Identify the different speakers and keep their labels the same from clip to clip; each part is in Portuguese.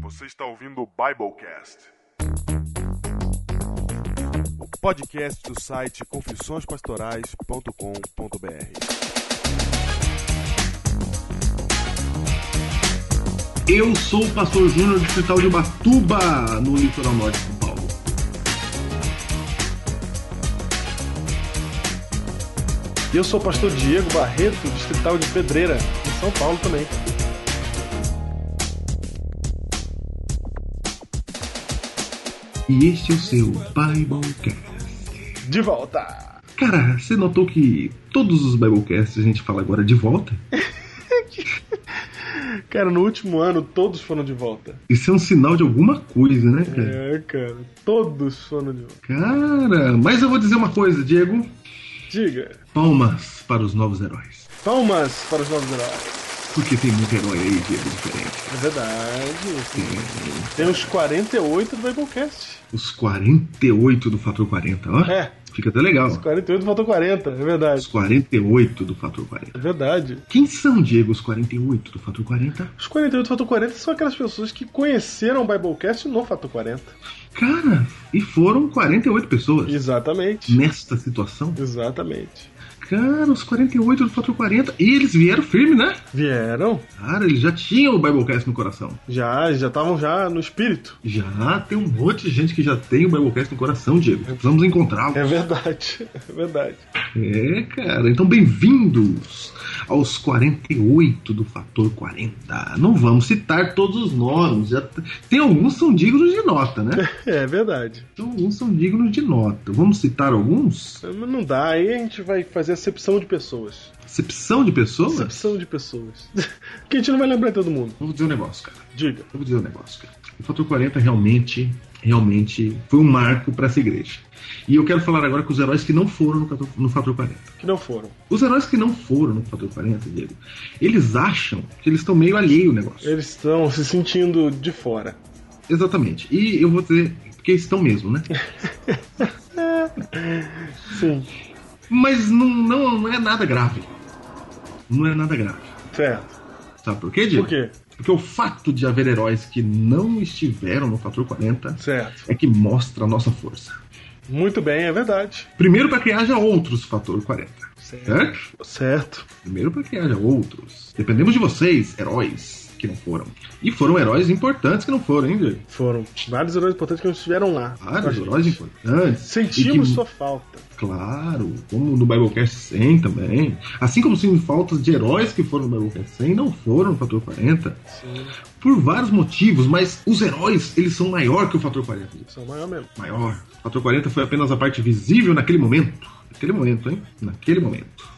Speaker 1: Você está ouvindo o Biblecast. O podcast do site confissõespastorais.com.br.
Speaker 2: Eu sou o pastor Júnior do Hospital de Batuba, no litoral norte de São Paulo.
Speaker 3: E eu sou o pastor Diego Barreto, distrital de Pedreira, em São Paulo também.
Speaker 2: E este é o seu Biblecast.
Speaker 3: De volta!
Speaker 2: Cara, você notou que todos os Biblecasts a gente fala agora de volta?
Speaker 3: Cara, no último ano todos foram de volta.
Speaker 2: Isso é um sinal de alguma coisa, né, cara?
Speaker 3: É, cara, todos foram de volta.
Speaker 2: Cara, mas eu vou dizer uma coisa, Diego.
Speaker 3: Diga,
Speaker 2: Palmas para os novos heróis.
Speaker 3: palmas para os novos heróis.
Speaker 2: Porque tem muito herói aí, Diego, diferente.
Speaker 3: É verdade. sim. Tem uns 48 do Biblecast.
Speaker 2: Os 48 do Fator 40, ó.
Speaker 3: É,
Speaker 2: Fica até legal.
Speaker 3: os 48 faltou 40, é
Speaker 2: Os
Speaker 3: verdade.
Speaker 2: 48 do Fator
Speaker 3: É
Speaker 2: 40.
Speaker 3: verdade.
Speaker 2: Quem são, Diego, os 48 do Fator 40?
Speaker 3: Os 48 Fator 40 são aquelas pessoas que conheceram o Biblecast no Fator 40.
Speaker 2: Cara, e foram 48 pessoas
Speaker 3: Exatamente.
Speaker 2: nesta situação.
Speaker 3: Exatamente.
Speaker 2: Cara, os 48 do Fator 40. E eles vieram firme, né?
Speaker 3: Vieram?
Speaker 2: Cara, eles já tinham o Biblecast no coração.
Speaker 3: Já, já estavam já no espírito.
Speaker 2: Já tem um monte de gente que já tem o Biblecast no coração, Diego. Precisamos encontrá-lo.
Speaker 3: É verdade, é verdade.
Speaker 2: É, cara. Então, bem-vindos aos 48 do Fator 40. Não vamos citar todos os nomes. Já t- tem alguns que são dignos de nota, né?
Speaker 3: É verdade.
Speaker 2: Então, alguns são dignos de nota. Vamos citar alguns?
Speaker 3: Mas Não dá, aí a gente vai fazer acepção de pessoas.
Speaker 2: Acepção de pessoas?
Speaker 3: Acepção de pessoas. que a gente não vai lembrar de todo mundo.
Speaker 2: Vamos dizer um negócio, cara.
Speaker 3: Diga.
Speaker 2: Eu vou dizer um negócio, cara. O Fator 40 realmente, realmente foi um marco para essa igreja. E eu quero falar agora com os heróis que não foram no, Fator- no Fator 40.
Speaker 3: Que não foram.
Speaker 2: Os heróis que não foram no Fator 40, Diego, eles acham que eles estão meio alheio ao negócio.
Speaker 3: Eles estão se sentindo de fora.
Speaker 2: Exatamente. E eu vou dizer, porque estão mesmo, né?
Speaker 3: Sim.
Speaker 2: Mas não, não, não é nada grave. Não é nada grave.
Speaker 3: Certo.
Speaker 2: Sabe por quê, Diego?
Speaker 3: Por quê?
Speaker 2: Porque o fato de haver heróis que não estiveram no Fator 40
Speaker 3: Certo.
Speaker 2: é que mostra a nossa força.
Speaker 3: Muito bem, é verdade.
Speaker 2: Primeiro para que haja outros Fator 40,
Speaker 3: Certo.
Speaker 2: certo?
Speaker 3: Certo.
Speaker 2: Primeiro para que haja outros. Dependemos de vocês, heróis que não foram. E foram heróis importantes que não foram, hein, Diego?
Speaker 3: Foram vários heróis importantes que não estiveram lá.
Speaker 2: Vários heróis importantes.
Speaker 3: Sentimos
Speaker 2: E que-
Speaker 3: sua falta.
Speaker 2: Claro, como no Biblecast 100 também. Assim como sinto faltas de heróis que foram no Biblecast 100 não foram no Fator 40.
Speaker 3: Sim.
Speaker 2: Por vários motivos, mas os heróis, eles são maior que o Fator 40. gente.
Speaker 3: São maior mesmo.
Speaker 2: Maior. O Fator 40 foi apenas a parte visível naquele momento. Naquele momento, hein? Naquele momento.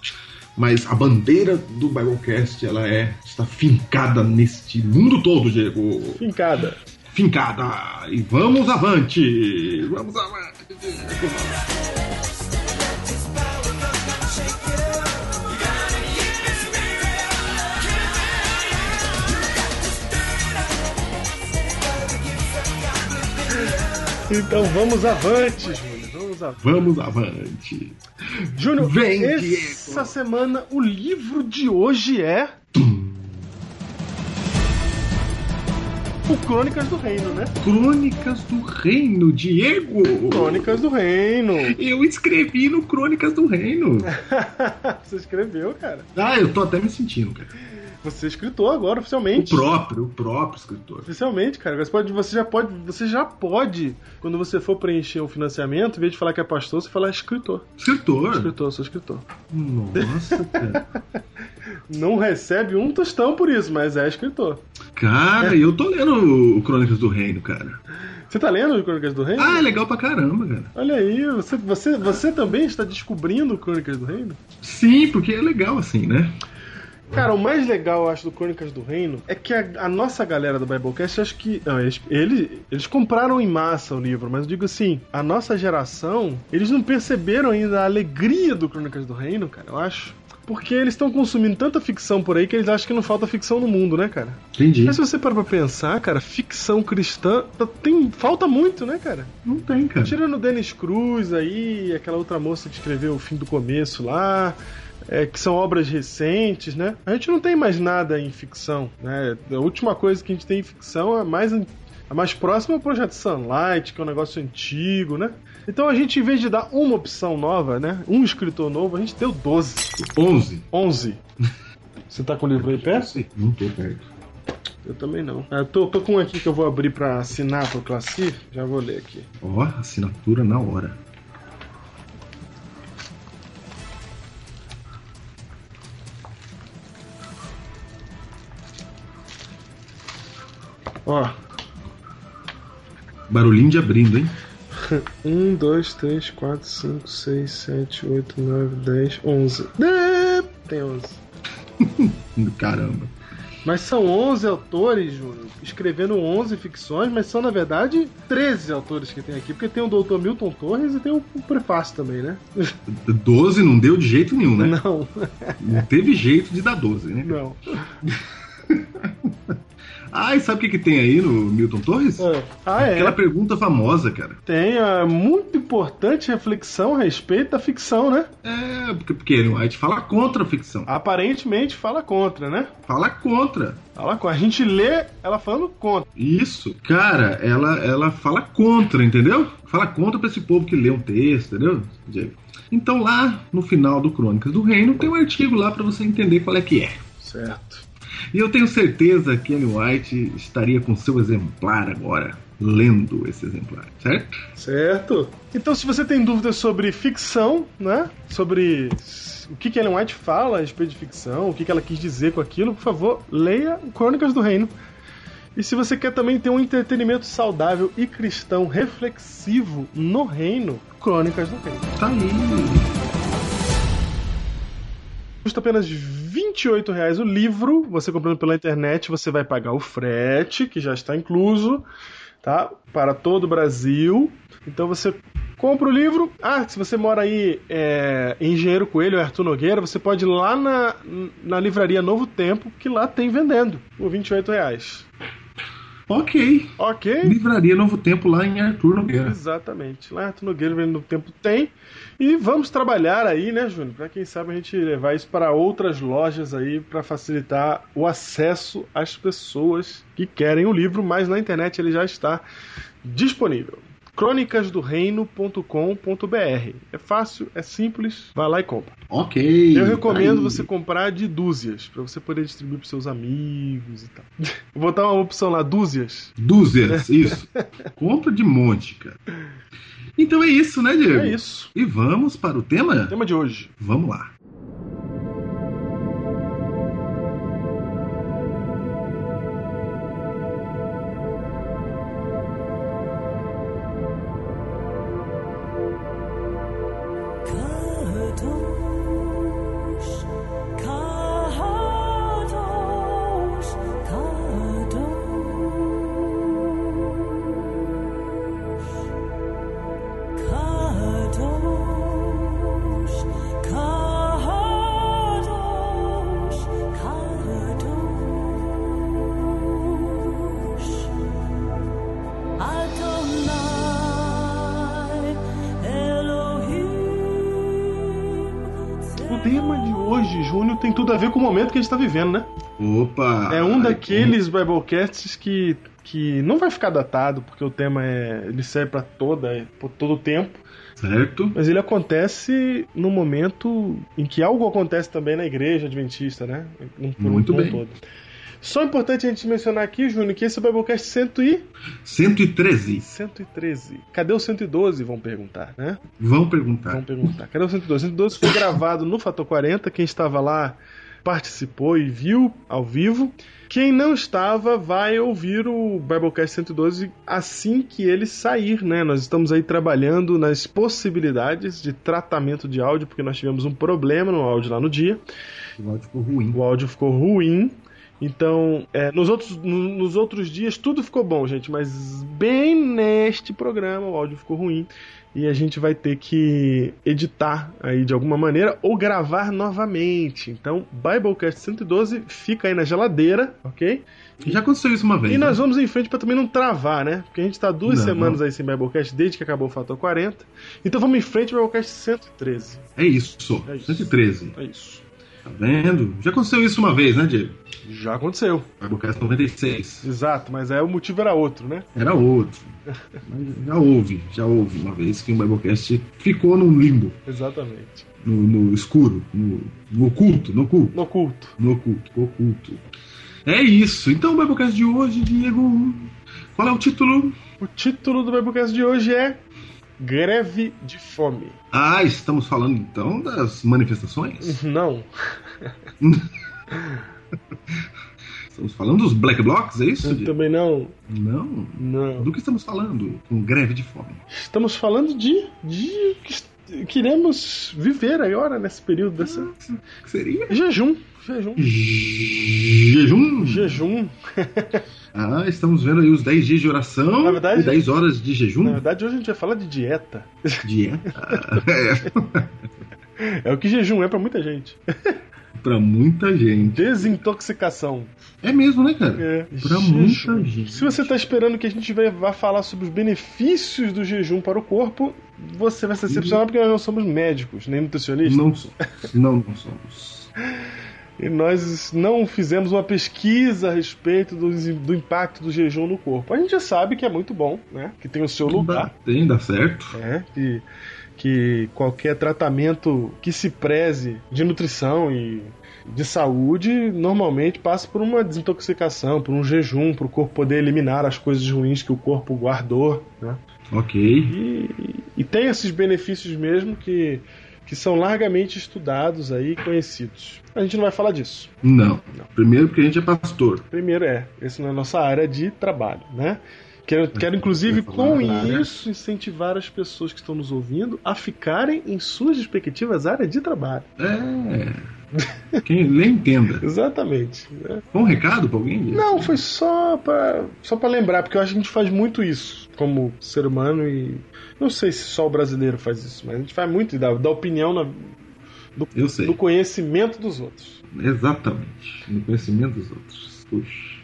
Speaker 2: Mas a bandeira do Biblecast, ela é, está fincada neste mundo todo, Diego.
Speaker 3: Fincada.
Speaker 2: Fincada. E vamos avante. Vamos avante. Diego.
Speaker 3: Então vamos avante, Júnior. Vamos avante.
Speaker 2: Vamos avante.
Speaker 3: Júnior,
Speaker 2: Vem,
Speaker 3: essa
Speaker 2: Diego.
Speaker 3: semana o livro de hoje é. O Crônicas do Reino, né?
Speaker 2: Crônicas do Reino, Diego!
Speaker 3: Crônicas do Reino.
Speaker 2: Eu escrevi no Crônicas do Reino.
Speaker 3: Você escreveu, cara.
Speaker 2: Ah, eu tô até me sentindo, cara.
Speaker 3: Você é escritor agora,
Speaker 2: O
Speaker 3: oficialmente.
Speaker 2: próprio, o próprio escritor.
Speaker 3: Oficialmente, cara. Você, pode, você já pode. Você já pode, quando você for preencher um financiamento, em vez de falar que é pastor, você fala escritor.
Speaker 2: Escritor?
Speaker 3: Escritor, sou escritor.
Speaker 2: Nossa, cara.
Speaker 3: Não recebe um tostão por isso, mas é escritor.
Speaker 2: Cara, eu tô lendo o Crônicas do Reino, cara.
Speaker 3: Você tá lendo o Crônicas do Reino?
Speaker 2: Ah, é legal pra caramba, cara.
Speaker 3: Olha aí, você, você, você também está descobrindo Crônicas do Reino?
Speaker 2: Sim, porque é legal assim, né?
Speaker 3: Cara, o mais legal, eu acho, do Crônicas do Reino é que a, a nossa galera do Biblecast, acho que. Não, eles, ele- eles compraram em massa o livro, mas eu digo assim, a nossa geração, eles não perceberam ainda a alegria do Crônicas do Reino, cara, eu acho. Porque eles estão consumindo tanta ficção por aí que eles acham que não falta ficção no mundo, né, cara?
Speaker 2: Entendi.
Speaker 3: Mas se você parar pra pensar, cara, ficção cristã tá, tem, falta muito, né, cara?
Speaker 2: Não tem, cara.
Speaker 3: Tirando o Denis Cruz aí, aquela outra moça que escreveu O Fim do Começo lá, é, que são obras recentes, né? A gente não tem mais nada em ficção, né? A última coisa que a gente tem em ficção é mais an- A mais próxima é o Projeto Sunlight, que é um negócio antigo, né? Então a gente, em vez de dar uma opção nova, né? Um escritor novo, a gente deu 12.
Speaker 2: 11.
Speaker 3: 11. Você tá com o livro aí
Speaker 2: É
Speaker 3: perto?
Speaker 2: Não tô perto.
Speaker 3: Eu também não. Ah, Eu tô, tô com um aqui que eu vou abrir pra assinar pro Classif. Já vou ler aqui.
Speaker 2: Ó, assinatura na hora.
Speaker 3: Ó,
Speaker 2: Barulhinho de abrindo, hein?
Speaker 3: 1, 2, 3, 4, 5, 6, 7, 8, 9, 10, 11. Dê! Tem 11.
Speaker 2: Caramba.
Speaker 3: Mas são 11 autores, Júlio, escrevendo 11 ficções, mas são, na verdade, 13 autores que tem aqui, porque tem o Dr. Milton Torres e tem o o prefácio também, né?
Speaker 2: 12 não deu de jeito nenhum, né?
Speaker 3: Não,
Speaker 2: Não teve jeito de dar 12, né?
Speaker 3: não.
Speaker 2: Ah, e sabe o que, que tem aí no Milton Torres?
Speaker 3: É. Ah, é.
Speaker 2: Aquela pergunta famosa, cara.
Speaker 3: Tem a muito importante reflexão a respeito da ficção, né?
Speaker 2: É, porque, porque ele- a gente fala contra a ficção.
Speaker 3: Aparentemente fala contra, né?
Speaker 2: Fala contra.
Speaker 3: Fala contra. A gente lê ela falando contra.
Speaker 2: Isso. Cara, ela, ela fala contra, entendeu? Fala contra pra esse povo que lê um texto, entendeu? Diego? Então lá no final do Crônicas do Reino tem um artigo lá pra você entender qual é que é.
Speaker 3: Certo.
Speaker 2: E eu tenho certeza que Ellen White estaria com seu exemplar agora, lendo esse exemplar, certo?
Speaker 3: Certo. Então, se você tem dúvidas sobre ficção, né? Sobre o que, que Ellen White fala a respeito de ficção, o que, que ela quis dizer com aquilo, por favor, leia o Crônicas do Reino. E se você quer também ter um entretenimento saudável e cristão reflexivo no reino, Crônicas do Reino.
Speaker 2: Tá aí.
Speaker 3: Custa apenas R$ 28 reais o livro. Você comprando pela internet, você vai pagar o frete, que já está incluso, tá? Para todo o Brasil. Então você compra o livro. Ah, se você mora aí é, em Engenheiro Coelho ou Arthur Nogueira, você pode ir lá na, na livraria Novo Tempo, que lá tem vendendo por R$ 28 reais.
Speaker 2: Ok.
Speaker 3: Ok?
Speaker 2: Livraria Novo Tempo lá em Arthur Nogueira.
Speaker 3: Exatamente. Lá Arthur Nogueira, vendendo Novo Tempo tem. E vamos trabalhar aí, né, Júnior? Para quem sabe a gente levar isso para outras lojas aí para facilitar o acesso às pessoas que querem o livro, mas na internet ele já está disponível. crônicasdoreino.com.br É fácil, é simples, vai lá e compra.
Speaker 2: Ok.
Speaker 3: Eu recomendo
Speaker 2: Aí.
Speaker 3: você comprar de dúzias, para você poder distribuir para seus amigos e tal. Vou botar uma opção lá, dúzias.
Speaker 2: Dúzias, isso. Compra de monte, cara. Então é isso, né, Diego?
Speaker 3: É isso.
Speaker 2: E vamos para o tema?
Speaker 3: Tema de hoje.
Speaker 2: Vamos lá.
Speaker 4: Kadosh, Kadosh, Kadosh, Kadosh, Kadosh. Adonai
Speaker 3: O
Speaker 4: Elohim.
Speaker 3: tema de hoje, Júnior, tem tudo a ver com o momento que a gente tá vivendo, né?
Speaker 2: Opa!
Speaker 3: é um daqueles Biblecasts que, que não vai ficar datado, porque o tema é. ele serve pra toda, por todo o tempo.
Speaker 2: Certo?
Speaker 3: Mas ele acontece no momento em que algo acontece também na igreja adventista, né? Um- por um-
Speaker 2: Muito
Speaker 3: um
Speaker 2: bem.
Speaker 3: todo. Só importante a gente mencionar aqui, Júnior, que esse é o Biblecast 100 e
Speaker 2: 113.
Speaker 3: 113. Cadê o 112, vão perguntar, né?
Speaker 2: Vão perguntar.
Speaker 3: Vamos perguntar. Cadê o 112? O 112 foi gravado no Fator 40. Quem estava lá participou e viu ao vivo. Quem não estava vai ouvir o Biblecast 112 assim que ele sair, né? Nós estamos aí trabalhando nas possibilidades de tratamento de áudio, porque nós tivemos um problema no áudio lá no dia.
Speaker 2: O áudio ficou ruim.
Speaker 3: O áudio ficou ruim. Então, é, nos, outros, no- nos outros dias tudo ficou bom, gente, mas bem neste programa o áudio ficou ruim e a gente vai ter que editar aí de alguma maneira ou gravar novamente. Então, Biblecast 112 fica aí na geladeira, ok?
Speaker 2: Já aconteceu isso uma vez.
Speaker 3: E
Speaker 2: né?
Speaker 3: nós vamos em frente pra também não travar, né? Porque a gente tá duas
Speaker 2: Não,
Speaker 3: semanas aí sem Biblecast desde que acabou o Fator 40. Então vamos em frente ao Biblecast 113.
Speaker 2: É isso.
Speaker 3: É isso.
Speaker 2: 113.
Speaker 3: É isso.
Speaker 2: Tá vendo? Já aconteceu isso uma vez, né, Diego?
Speaker 3: Já aconteceu.
Speaker 2: Biblecast 96.
Speaker 3: Exato, mas aí o motivo era outro, né?
Speaker 2: Era outro. Mas já houve, já houve uma vez que um Biblecast ficou num limbo,
Speaker 3: Exatamente.
Speaker 2: no, no escuro, no, no oculto, no oculto,
Speaker 3: No culto.
Speaker 2: no oculto, no oculto. É isso. Então, o Biblecast de hoje, Diego, qual é o título?
Speaker 3: O título do Biblecast de hoje é Greve de Fome.
Speaker 2: Ah, estamos falando então das
Speaker 3: É.
Speaker 2: manifestações.
Speaker 3: Não.
Speaker 2: Estamos falando dos Black Blocs, é isso? Diego?
Speaker 3: Também não.
Speaker 2: Não.
Speaker 3: Não.
Speaker 2: Do que estamos falando? Com greve de fome.
Speaker 3: Estamos falando de. de que queremos viver agora, nesse período dessa.
Speaker 2: Que seria?
Speaker 3: Jejum. Jejum.
Speaker 2: Jejum.
Speaker 3: Jejum.
Speaker 2: Ah, estamos vendo aí os 10 dias de oração
Speaker 3: Na verdade-
Speaker 2: e 10 horas de jejum.
Speaker 3: Na verdade, hoje a gente vai falar de dieta.
Speaker 2: Dieta.
Speaker 3: É o que jejum é pra muita gente.
Speaker 2: pra muita gente.
Speaker 3: Desintoxicação.
Speaker 2: É mesmo, né, cara?
Speaker 3: É.
Speaker 2: Pra
Speaker 3: Jejum.
Speaker 2: muita gente.
Speaker 3: Se você tá esperando que a gente vai, vá falar sobre os benefícios do jejum para o corpo, você vai se decepcionar porque nós não somos médicos, nem nutricionistas.
Speaker 2: Não somos. Não, não somos.
Speaker 3: E nós não fizemos uma pesquisa a respeito do, do impacto do jejum no corpo. A gente já sabe que é muito bom, né? Que tem o seu lugar,
Speaker 2: Tem, dá certo.
Speaker 3: né? Que, que qualquer tratamento que se preze de nutrição e de saúde normalmente passa por uma desintoxicação, por um jejum, para o corpo poder eliminar as coisas ruins que o corpo guardou, né?
Speaker 2: Ok.
Speaker 3: E, e tem esses benefícios mesmo que, que são largamente estudados aí, conhecidos. A gente não vai falar disso.
Speaker 2: Não. Primeiro porque a gente é pastor.
Speaker 3: Primeiro é, essa não é a nossa área de trabalho, né? Quero, quero inclusive
Speaker 2: Vai falar
Speaker 3: com
Speaker 2: da área.
Speaker 3: isso incentivar as pessoas que estão nos ouvindo a ficarem em suas respectivas áreas de trabalho.
Speaker 2: É. Quem lê entenda.
Speaker 3: Exatamente. né?
Speaker 2: Foi um recado pra alguém? Diego?
Speaker 3: Não, foi só pra, só pra lembrar, porque eu acho que a gente faz muito isso como ser humano e. Não sei se só o brasileiro faz isso, mas a gente faz muito e dá, dá opinião na-
Speaker 2: Eu sei.
Speaker 3: do conhecimento dos outros.
Speaker 2: Exatamente. No conhecimento dos outros. Puxa.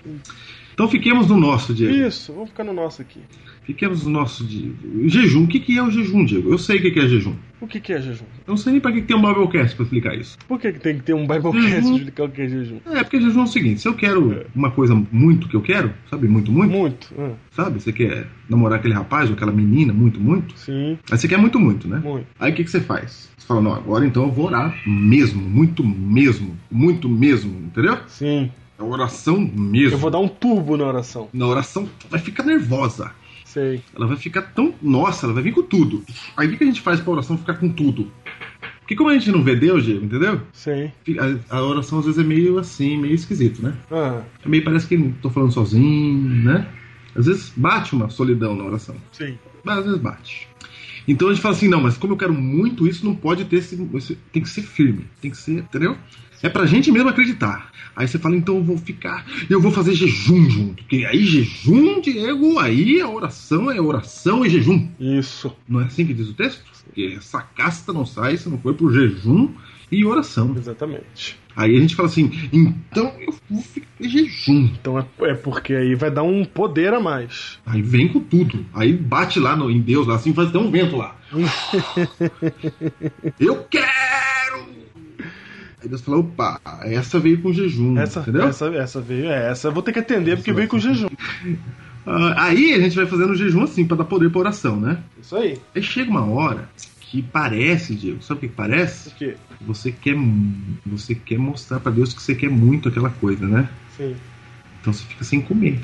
Speaker 2: Então fiquemos no nosso, Diego.
Speaker 3: Isso, vamos ficar no nosso aqui.
Speaker 2: Fiquemos no nosso de... jejum. O que, que é o jejum, Diego? Eu sei o que, que é jejum.
Speaker 3: O que, que é jejum?
Speaker 2: Eu não sei nem pra que, que tem um Biblecast pra explicar isso.
Speaker 3: Por que, que tem que ter um Biblecast
Speaker 2: Jejum.
Speaker 3: de explicar o que é jejum?
Speaker 2: É, porque jejum é o seguinte: se eu quero
Speaker 3: É.
Speaker 2: uma coisa muito que eu quero, sabe? Muito, muito,
Speaker 3: Muito. ah,
Speaker 2: sabe? Você quer namorar aquele rapaz ou aquela menina, muito, muito.
Speaker 3: sim,
Speaker 2: Aí você quer muito, muito, né?
Speaker 3: muito.
Speaker 2: Aí o que, que você faz? Você fala, não, agora então eu vou orar mesmo, muito mesmo, muito mesmo, entendeu?
Speaker 3: Sim.
Speaker 2: É oração mesmo.
Speaker 3: Eu vou dar um turbo na oração.
Speaker 2: Na oração, tu vai ficar nervosa.
Speaker 3: Sei.
Speaker 2: Ela vai ficar tão. Nossa, ela vai vir com tudo. Aí o que, que a gente faz pra oração ficar com tudo? Porque como a gente não vê Deus, Diego, entendeu?
Speaker 3: Sei.
Speaker 2: A, a oração às vezes é meio assim, meio esquisito, né?
Speaker 3: Ah,
Speaker 2: Meio parece que não tô falando sozinho, né? Às vezes bate uma solidão na oração.
Speaker 3: sim.
Speaker 2: Mas às vezes bate. Então a gente fala assim, não, mas como eu quero muito isso, não pode ter esse, esse- Tem que ser firme. Tem que ser, entendeu? É pra gente mesmo acreditar. Aí você fala, então eu vou ficar. Eu vou fazer jejum junto. Porque aí jejum, Diego, aí a oração é oração e jejum.
Speaker 3: Isso.
Speaker 2: Não é assim que diz o texto? Porque essa casta não sai se não for por jejum e oração.
Speaker 3: Exatamente.
Speaker 2: Aí a gente fala assim, então eu vou ficar em jejum.
Speaker 3: Então é, é porque aí vai dar um poder a mais.
Speaker 2: Aí vem com tudo. Aí bate lá no- em Deus, lá assim, faz até um vento lá. eu quero! Aí Deus fala, opa, essa veio com jejum,
Speaker 3: Essa,
Speaker 2: Hum, entendeu?
Speaker 3: essa, essa veio. É, essa eu vou ter que atender porque veio com jejum.
Speaker 2: Ah, aí a gente vai fazendo jejum assim, pra dar poder pra oração, né?
Speaker 3: Isso aí.
Speaker 2: Aí chega uma hora que parece, Diego, sabe o que que parece?
Speaker 3: Isso aqui.
Speaker 2: Você quer, mu- você quer mostrar pra Deus que você quer muito aquela coisa, né?
Speaker 3: Sim.
Speaker 2: Então você fica sem comer.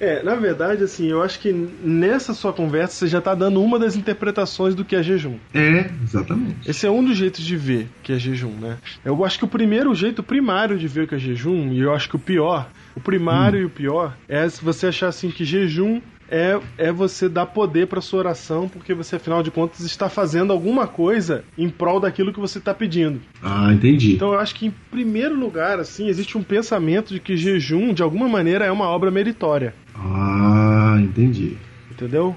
Speaker 3: É, na verdade, assim, eu acho que nessa sua conversa você já tá dando uma das interpretações do que é jejum.
Speaker 2: É, exatamente.
Speaker 3: Esse é um dos jeitos de ver que é jejum, né? Eu acho que o primeiro jeito primário de ver que é jejum, e eu acho que o pior, o primário e o pior, é se você achar assim que jejum é, é você dar poder pra sua oração, porque você, afinal de contas, está fazendo alguma coisa em prol daquilo que você tá pedindo.
Speaker 2: Ah, entendi.
Speaker 3: Então eu acho que, em primeiro lugar, assim, existe um pensamento de que jejum, de alguma maneira, é uma obra meritória,
Speaker 2: Ah, entendi.
Speaker 3: entendeu?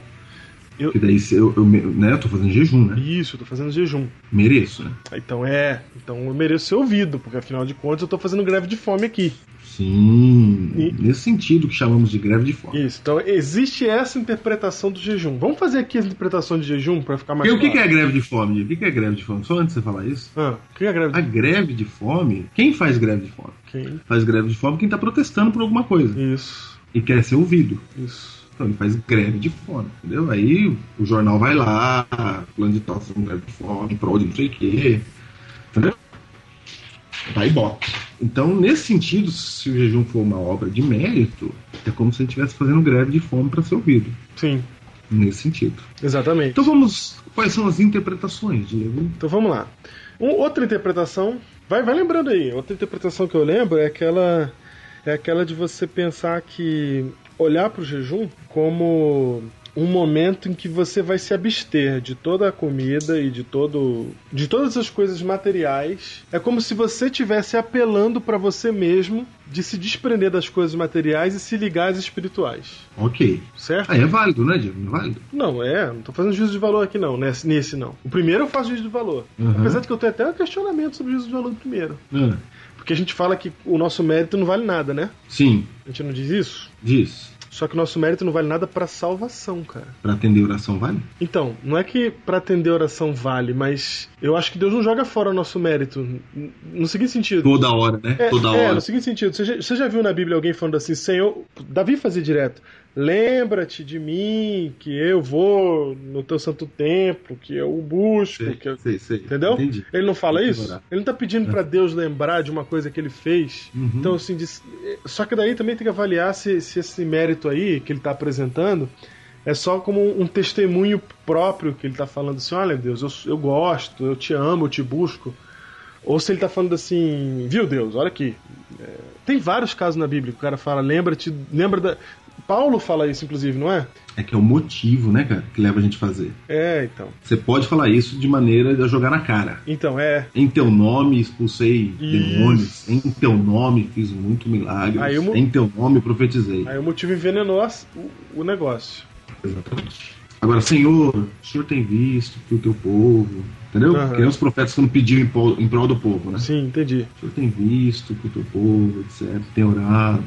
Speaker 2: Porque daí se eu, eu, me- né, eu tô fazendo jejum, né?
Speaker 3: Isso, eu tô fazendo jejum.
Speaker 2: Mereço, né?
Speaker 3: Então é, então eu mereço ser ouvido, porque afinal de contas eu tô fazendo greve de fome aqui.
Speaker 2: Sim,
Speaker 3: E-
Speaker 2: nesse sentido que chamamos de greve de fome.
Speaker 3: Isso, então existe essa interpretação do jejum. Vamos fazer aqui a interpretação de jejum para ficar mais
Speaker 2: Porque o que, que
Speaker 3: claro.
Speaker 2: é greve de fome? O que, que é greve de fome? Só antes de você falar isso.
Speaker 3: Ah, o que é greve?
Speaker 2: A greve de fome, quem faz greve de fome?
Speaker 3: Ok.
Speaker 2: Faz greve de fome quem está protestando por alguma coisa
Speaker 3: Isso,
Speaker 2: e quer ser ouvido.
Speaker 3: isso.
Speaker 2: Então ele faz greve de fome, entendeu? Aí o jornal vai lá, plano de tal, faz uma greve de fome, em prol de não sei o quê, entendeu? Vai bota. Então, nesse sentido, se o jejum for uma obra de mérito, é como se ele estivesse fazendo greve de fome para ser ouvido.
Speaker 3: Sim,
Speaker 2: Nesse sentido.
Speaker 3: exatamente.
Speaker 2: Então vamos. Quais são as interpretações, Diego?
Speaker 3: Então vamos lá. Um- outra interpretação, vai, vai lembrando aí. Outra interpretação que eu lembro é aquela é aquela de você pensar que olhar para o jejum como um momento em que você vai se abster de toda a comida e de todo de todas as coisas materiais. É como se você estivesse apelando para você mesmo de se desprender das coisas materiais e se ligar às espirituais,
Speaker 2: Ok.
Speaker 3: certo?
Speaker 2: Ah, é válido, né, Diego? É válido.
Speaker 3: Não, é, não tô fazendo juízo de valor aqui não, nesse, nesse não. O primeiro eu faço juízo de valor.
Speaker 2: Uhum.
Speaker 3: Apesar de que eu tenho até um questionamento sobre o juízo de valor do primeiro.
Speaker 2: Ah,
Speaker 3: Porque a gente fala que o nosso mérito não vale nada, né?
Speaker 2: sim,
Speaker 3: A gente não diz isso?
Speaker 2: diz.
Speaker 3: Só que o nosso mérito não vale nada pra salvação, cara.
Speaker 2: Para atender oração vale?
Speaker 3: Então, não é que pra atender a oração vale, mas eu acho que Deus não joga fora o nosso mérito. n- No seguinte sentido.
Speaker 2: Toda hora, né?
Speaker 3: É,
Speaker 2: Toda
Speaker 3: é,
Speaker 2: hora.
Speaker 3: no seguinte sentido, você já, você já viu na Bíblia alguém falando assim, Senhor, Davi fazia direto, lembra-te de mim, que eu vou no teu santo templo, que eu o busco,
Speaker 2: Sei,
Speaker 3: que eu...
Speaker 2: sei, sei.
Speaker 3: Entendeu?
Speaker 2: Entendi.
Speaker 3: Ele não fala
Speaker 2: Tem que
Speaker 3: isso?
Speaker 2: orar.
Speaker 3: Ele não tá pedindo pra Deus lembrar de uma coisa que ele fez.
Speaker 2: Uhum.
Speaker 3: Então, assim, diz- só que daí também tem que avaliar se, se esse mérito aí que ele tá apresentando é só como um testemunho próprio que ele tá falando assim: olha, Deus, eu, eu gosto, eu te amo, eu te busco. Ou se ele tá falando assim, viu Deus, olha aqui. É, tem vários casos na Bíblia que o cara fala, lembra-te, lembra da. Paulo fala isso, inclusive, não é?
Speaker 2: É que é o motivo, né, cara, que leva a gente a fazer.
Speaker 3: É, então.
Speaker 2: Você pode falar isso de maneira de jogar na cara.
Speaker 3: Então, é.
Speaker 2: Em teu nome expulsei demônios.
Speaker 3: Isso.
Speaker 2: Em teu nome fiz muito milagre.
Speaker 3: Aí eu mo-
Speaker 2: Em teu nome profetizei.
Speaker 3: Aí o motivo envenenou a- o- o negócio.
Speaker 2: Exatamente. Agora, Senhor, o Senhor tem visto que o teu povo. Entendeu?
Speaker 3: Aham.
Speaker 2: Que nem os profetas quando pediam em prol, em prol do povo, né?
Speaker 3: Sim, entendi.
Speaker 2: O senhor tem visto que o teu povo, etc., tem orado.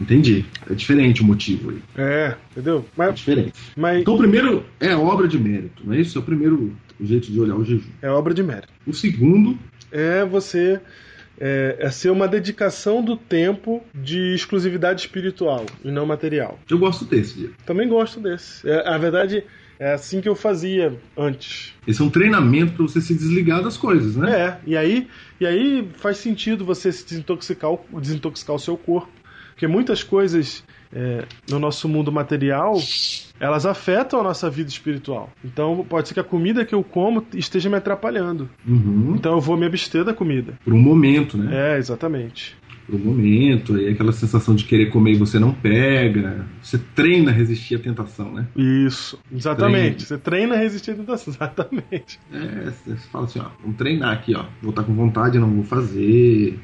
Speaker 2: Entendi. É diferente o motivo aí.
Speaker 3: É, entendeu?
Speaker 2: É
Speaker 3: Mas,
Speaker 2: diferente.
Speaker 3: mas
Speaker 2: Então, o primeiro é a obra de mérito, não é isso? É o primeiro jeito de olhar o jejum.
Speaker 3: é obra de mérito.
Speaker 2: O segundo,
Speaker 3: É você. É, é ser uma dedicação do tempo de exclusividade espiritual e não material.
Speaker 2: eu gosto desse, Diego.
Speaker 3: Também gosto desse. É, a verdade é assim que eu fazia antes.
Speaker 2: Esse é um treinamento para você se desligar das coisas, né?
Speaker 3: É, e aí, e aí faz sentido você se desintoxicar, o- desintoxicar o seu corpo. Porque muitas coisas é, no nosso mundo material, elas afetam a nossa vida espiritual. Então pode ser que a comida que eu como esteja me atrapalhando.
Speaker 2: Uhum.
Speaker 3: Então eu vou me abster da comida.
Speaker 2: Por um momento, né?
Speaker 3: É, exatamente.
Speaker 2: Por um momento, aí aquela sensação de querer comer e você não pega. Você treina a resistir à tentação, né?
Speaker 3: Isso, exatamente.
Speaker 2: Treina.
Speaker 3: Você treina a resistir à tentação, exatamente.
Speaker 2: É, você fala assim, ó, vamos treinar aqui, ó. Vou estar com vontade, não vou fazer.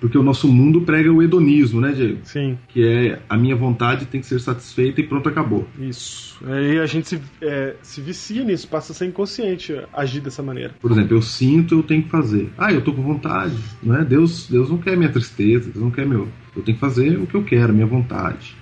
Speaker 2: Porque o nosso mundo prega o hedonismo, né, Diego?
Speaker 3: Sim,
Speaker 2: Que é a minha vontade tem que ser satisfeita e pronto, acabou.
Speaker 3: isso. Aí a gente se, é, se vicia nisso, passa a ser inconsciente agir dessa maneira.
Speaker 2: Por exemplo, eu sinto, eu tenho que fazer. Ah, eu tô com vontade, não é? Deus, Deus não quer minha tristeza, Deus não quer meu. Eu tenho que fazer o que eu quero, minha vontade.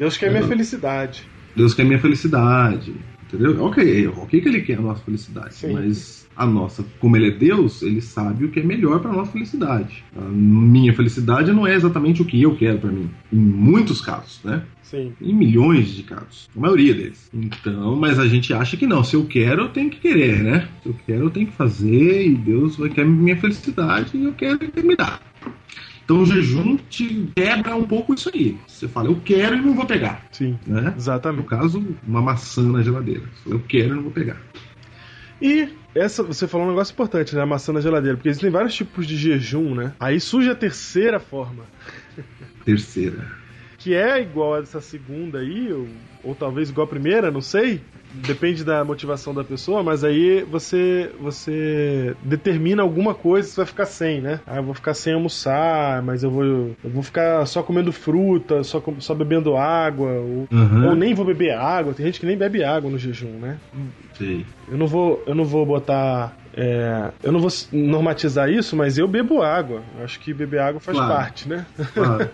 Speaker 3: Deus quer é minha
Speaker 2: Uhum.
Speaker 3: felicidade.
Speaker 2: Deus quer minha felicidade. Entendeu? Ok, ok que ele quer a nossa felicidade,
Speaker 3: Sim.
Speaker 2: mas a nossa, como ele é Deus, ele sabe o que é melhor para nossa felicidade. A minha felicidade não é exatamente o que eu quero para mim, em muitos casos, né?
Speaker 3: Sim,
Speaker 2: Em milhões de casos, a maioria deles. Então, mas a gente acha que não, se eu quero, eu tenho que querer, né? Se eu quero, eu tenho que fazer e Deus vai querer minha felicidade e eu quero que ele me dá. Então o jejum te quebra um pouco isso aí. Você fala, eu quero e não vou pegar,
Speaker 3: sim.
Speaker 2: né? No
Speaker 3: Exatamente.
Speaker 2: caso, uma maçã na geladeira. Eu quero, eu não vou pegar.
Speaker 3: E essa, você falou um negócio importante, né? A maçã na geladeira. Porque existem vários tipos de jejum, né? Aí surge a terceira forma.
Speaker 2: Terceira.
Speaker 3: que é igual a essa segunda aí, ou, ou talvez igual a primeira, não sei, depende da motivação da pessoa, mas aí você você determina alguma coisa que você vai ficar sem, né? Ah, eu vou ficar sem almoçar, mas eu vou eu vou ficar só comendo fruta, só com- só bebendo água, ou,
Speaker 2: Aham.
Speaker 3: ou nem vou beber água. Tem gente que nem bebe água no jejum, né?
Speaker 2: Sei.
Speaker 3: Eu não vou, eu não vou botar. é, eu não vou s- normatizar isso, mas eu bebo água. Eu Acho que beber água faz
Speaker 2: Claro.
Speaker 3: parte, né?
Speaker 2: Claro.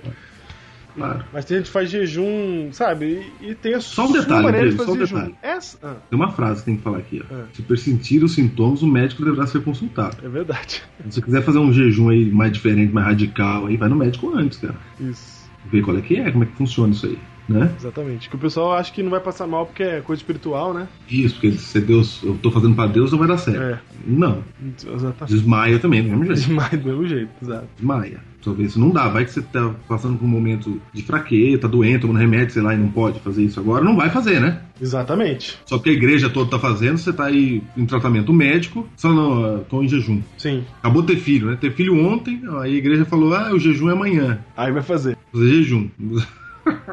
Speaker 2: claro.
Speaker 3: Mas tem gente que faz jejum, sabe? E, e tem a
Speaker 2: Só um
Speaker 3: sua
Speaker 2: detalhe,
Speaker 3: maneira de
Speaker 2: Pedro, só
Speaker 3: fazer
Speaker 2: um
Speaker 3: jejum.
Speaker 2: detalhe.
Speaker 3: Essa, ah,
Speaker 2: Tem uma frase que tem que falar aqui, ó.
Speaker 3: É.
Speaker 2: Se persistir os sintomas, o médico deverá ser consultado.
Speaker 3: é verdade.
Speaker 2: Se você quiser fazer um jejum aí mais diferente, mais radical, aí vai no médico antes, cara.
Speaker 3: Isso,
Speaker 2: Ver qual é que é, como é que funciona isso aí, né?
Speaker 3: exatamente. Que o pessoal acha que não vai passar mal porque é coisa espiritual, né?
Speaker 2: Isso, porque se é Deus, eu tô fazendo pra Deus, não vai dar certo.
Speaker 3: É,
Speaker 2: Não.
Speaker 3: exatamente.
Speaker 2: Desmaia também, do mesmo jeito.
Speaker 3: Demais, do mesmo jeito, exato.
Speaker 2: Desmaia. Talvez isso não dá. Vai que você tá passando por um momento de fraqueza, tá doente, tomando remédio, sei lá, e não pode fazer isso agora, não vai fazer, né?
Speaker 3: Exatamente.
Speaker 2: Só porque a igreja toda tá fazendo, você tá aí em tratamento médico, só não, ah, tô em jejum.
Speaker 3: Sim.
Speaker 2: Acabou de ter filho, né? Ter filho ontem, aí a igreja falou: ah, o jejum é amanhã.
Speaker 3: Aí vai fazer.
Speaker 2: Fazer jejum.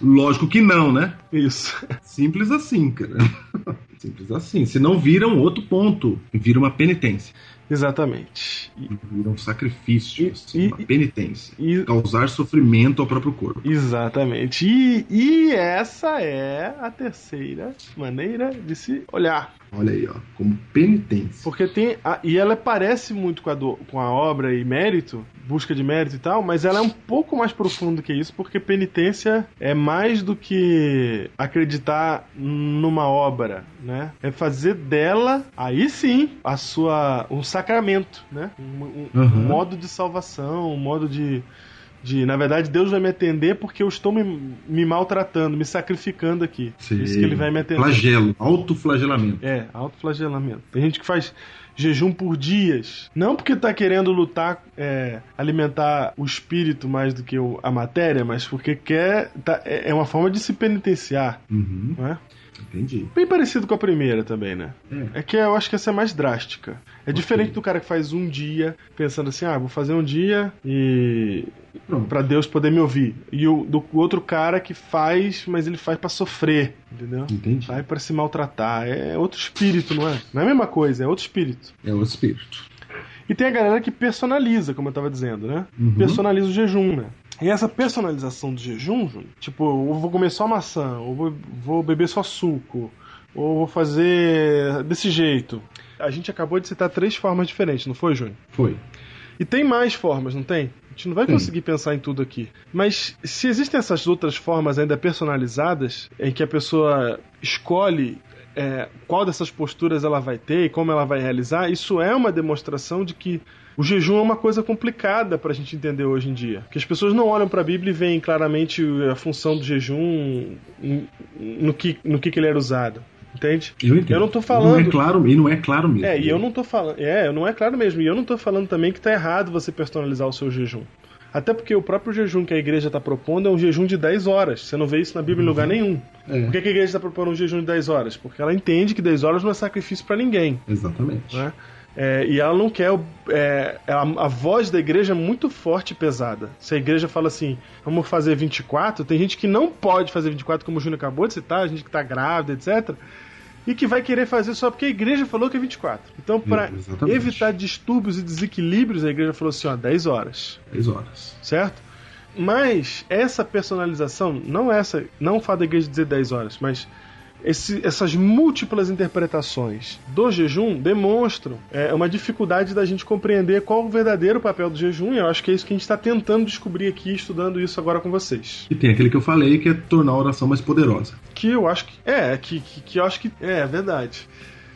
Speaker 2: Lógico que não, né?
Speaker 3: Isso.
Speaker 2: Simples assim, cara. Simples assim. Se não vira um outro ponto, vira uma penitência.
Speaker 3: Exatamente. E-
Speaker 2: Vira um sacrifício,
Speaker 3: E-
Speaker 2: assim,
Speaker 3: e-
Speaker 2: uma penitência.
Speaker 3: e
Speaker 2: Causar sofrimento ao próprio corpo.
Speaker 3: Exatamente. E, e essa é a terceira maneira de se olhar.
Speaker 2: Olha aí, ó. Como penitência.
Speaker 3: Porque tem. a- e ela parece muito com a, do- com a obra e mérito, busca de mérito e tal, mas ela é um pouco mais profunda que isso, porque penitência é mais do que acreditar numa obra, né? É fazer dela, aí sim, a sua. um sacramento, né? Um, um- um
Speaker 2: Uhum.
Speaker 3: modo de salvação, um modo de. De, na verdade, Deus vai me atender porque eu estou me, me maltratando, me sacrificando aqui.
Speaker 2: Sim.
Speaker 3: Isso que ele vai me atender.
Speaker 2: Flagelo, autoflagelamento.
Speaker 3: É, autoflagelamento. Tem gente que faz jejum por dias. Não porque tá querendo lutar, é, alimentar o espírito mais do que o- a matéria, mas porque quer. tá- é é uma forma de se penitenciar,
Speaker 2: Uhum,
Speaker 3: não é?
Speaker 2: entendi.
Speaker 3: Bem parecido com a primeira também, né?
Speaker 2: É.
Speaker 3: É que eu acho que essa é mais drástica. É diferente do cara que faz um dia, pensando assim, ah, vou fazer um dia e.
Speaker 2: Pronto.
Speaker 3: pra Deus poder me ouvir. E o do outro cara que faz, mas ele faz pra sofrer, entendeu?
Speaker 2: Entendi.
Speaker 3: Sai pra se maltratar. É outro espírito, não é? Não é a mesma coisa, é outro espírito.
Speaker 2: É o espírito.
Speaker 3: E tem a galera que personaliza, como eu tava dizendo, né?
Speaker 2: Uhum.
Speaker 3: Personaliza o jejum, né? E essa personalização do jejum, Júnior, tipo, eu vou comer só maçã, ou vou, vou beber só suco, ou vou fazer desse jeito. A gente acabou de citar três formas diferentes, não foi, Júnior?
Speaker 2: Foi.
Speaker 3: E tem mais formas, não tem? A gente não vai
Speaker 2: Tem.
Speaker 3: conseguir pensar em tudo aqui. Mas se existem essas outras formas ainda personalizadas, em que a pessoa escolhe é, qual dessas posturas ela vai ter e como ela vai realizar, isso é uma demonstração de que o jejum é uma coisa complicada para a gente entender hoje em dia. Porque as pessoas não olham para a Bíblia e veem claramente a função do jejum em- no que, no que, que ele era usado. Entende?
Speaker 2: Eu entendo.
Speaker 3: Eu não tô
Speaker 2: Não
Speaker 3: falando-
Speaker 2: é claro, e não é claro mesmo.
Speaker 3: É, e eu não tô falando. É, não é claro mesmo. E eu não tô falando também que tá errado você personalizar o seu jejum. Até porque o próprio jejum que a igreja tá propondo é um jejum de 10 horas. Você não vê isso na Bíblia em lugar nenhum.
Speaker 2: É.
Speaker 3: Por que que a igreja tá propondo um jejum de 10 horas? Porque ela entende que 10 horas não é sacrifício pra ninguém.
Speaker 2: Exatamente.
Speaker 3: Né? É, e ela não quer. o- é, a, a voz da igreja é muito forte e pesada. Se a igreja fala assim, vamos fazer 24, tem gente que não pode fazer 24, como o Júnior acabou de citar, gente que tá grávida, etc. E que vai querer fazer só porque a igreja falou que é 24. Então, para
Speaker 2: Exatamente.
Speaker 3: evitar distúrbios e desequilíbrios, a igreja falou assim: ó, 10 horas,
Speaker 2: 10 horas.
Speaker 3: certo? Mas essa personalização, não essa, não o fato da igreja dizer 10 horas, mas esse- essas múltiplas interpretações do jejum demonstram é, uma dificuldade da gente compreender qual o verdadeiro papel do jejum, e eu acho que é isso que a gente está tentando descobrir aqui, estudando isso agora com vocês.
Speaker 2: E tem aquele que eu falei que é tornar a oração mais poderosa.
Speaker 3: Que eu acho que. É, que, que, que eu acho que. É, é verdade.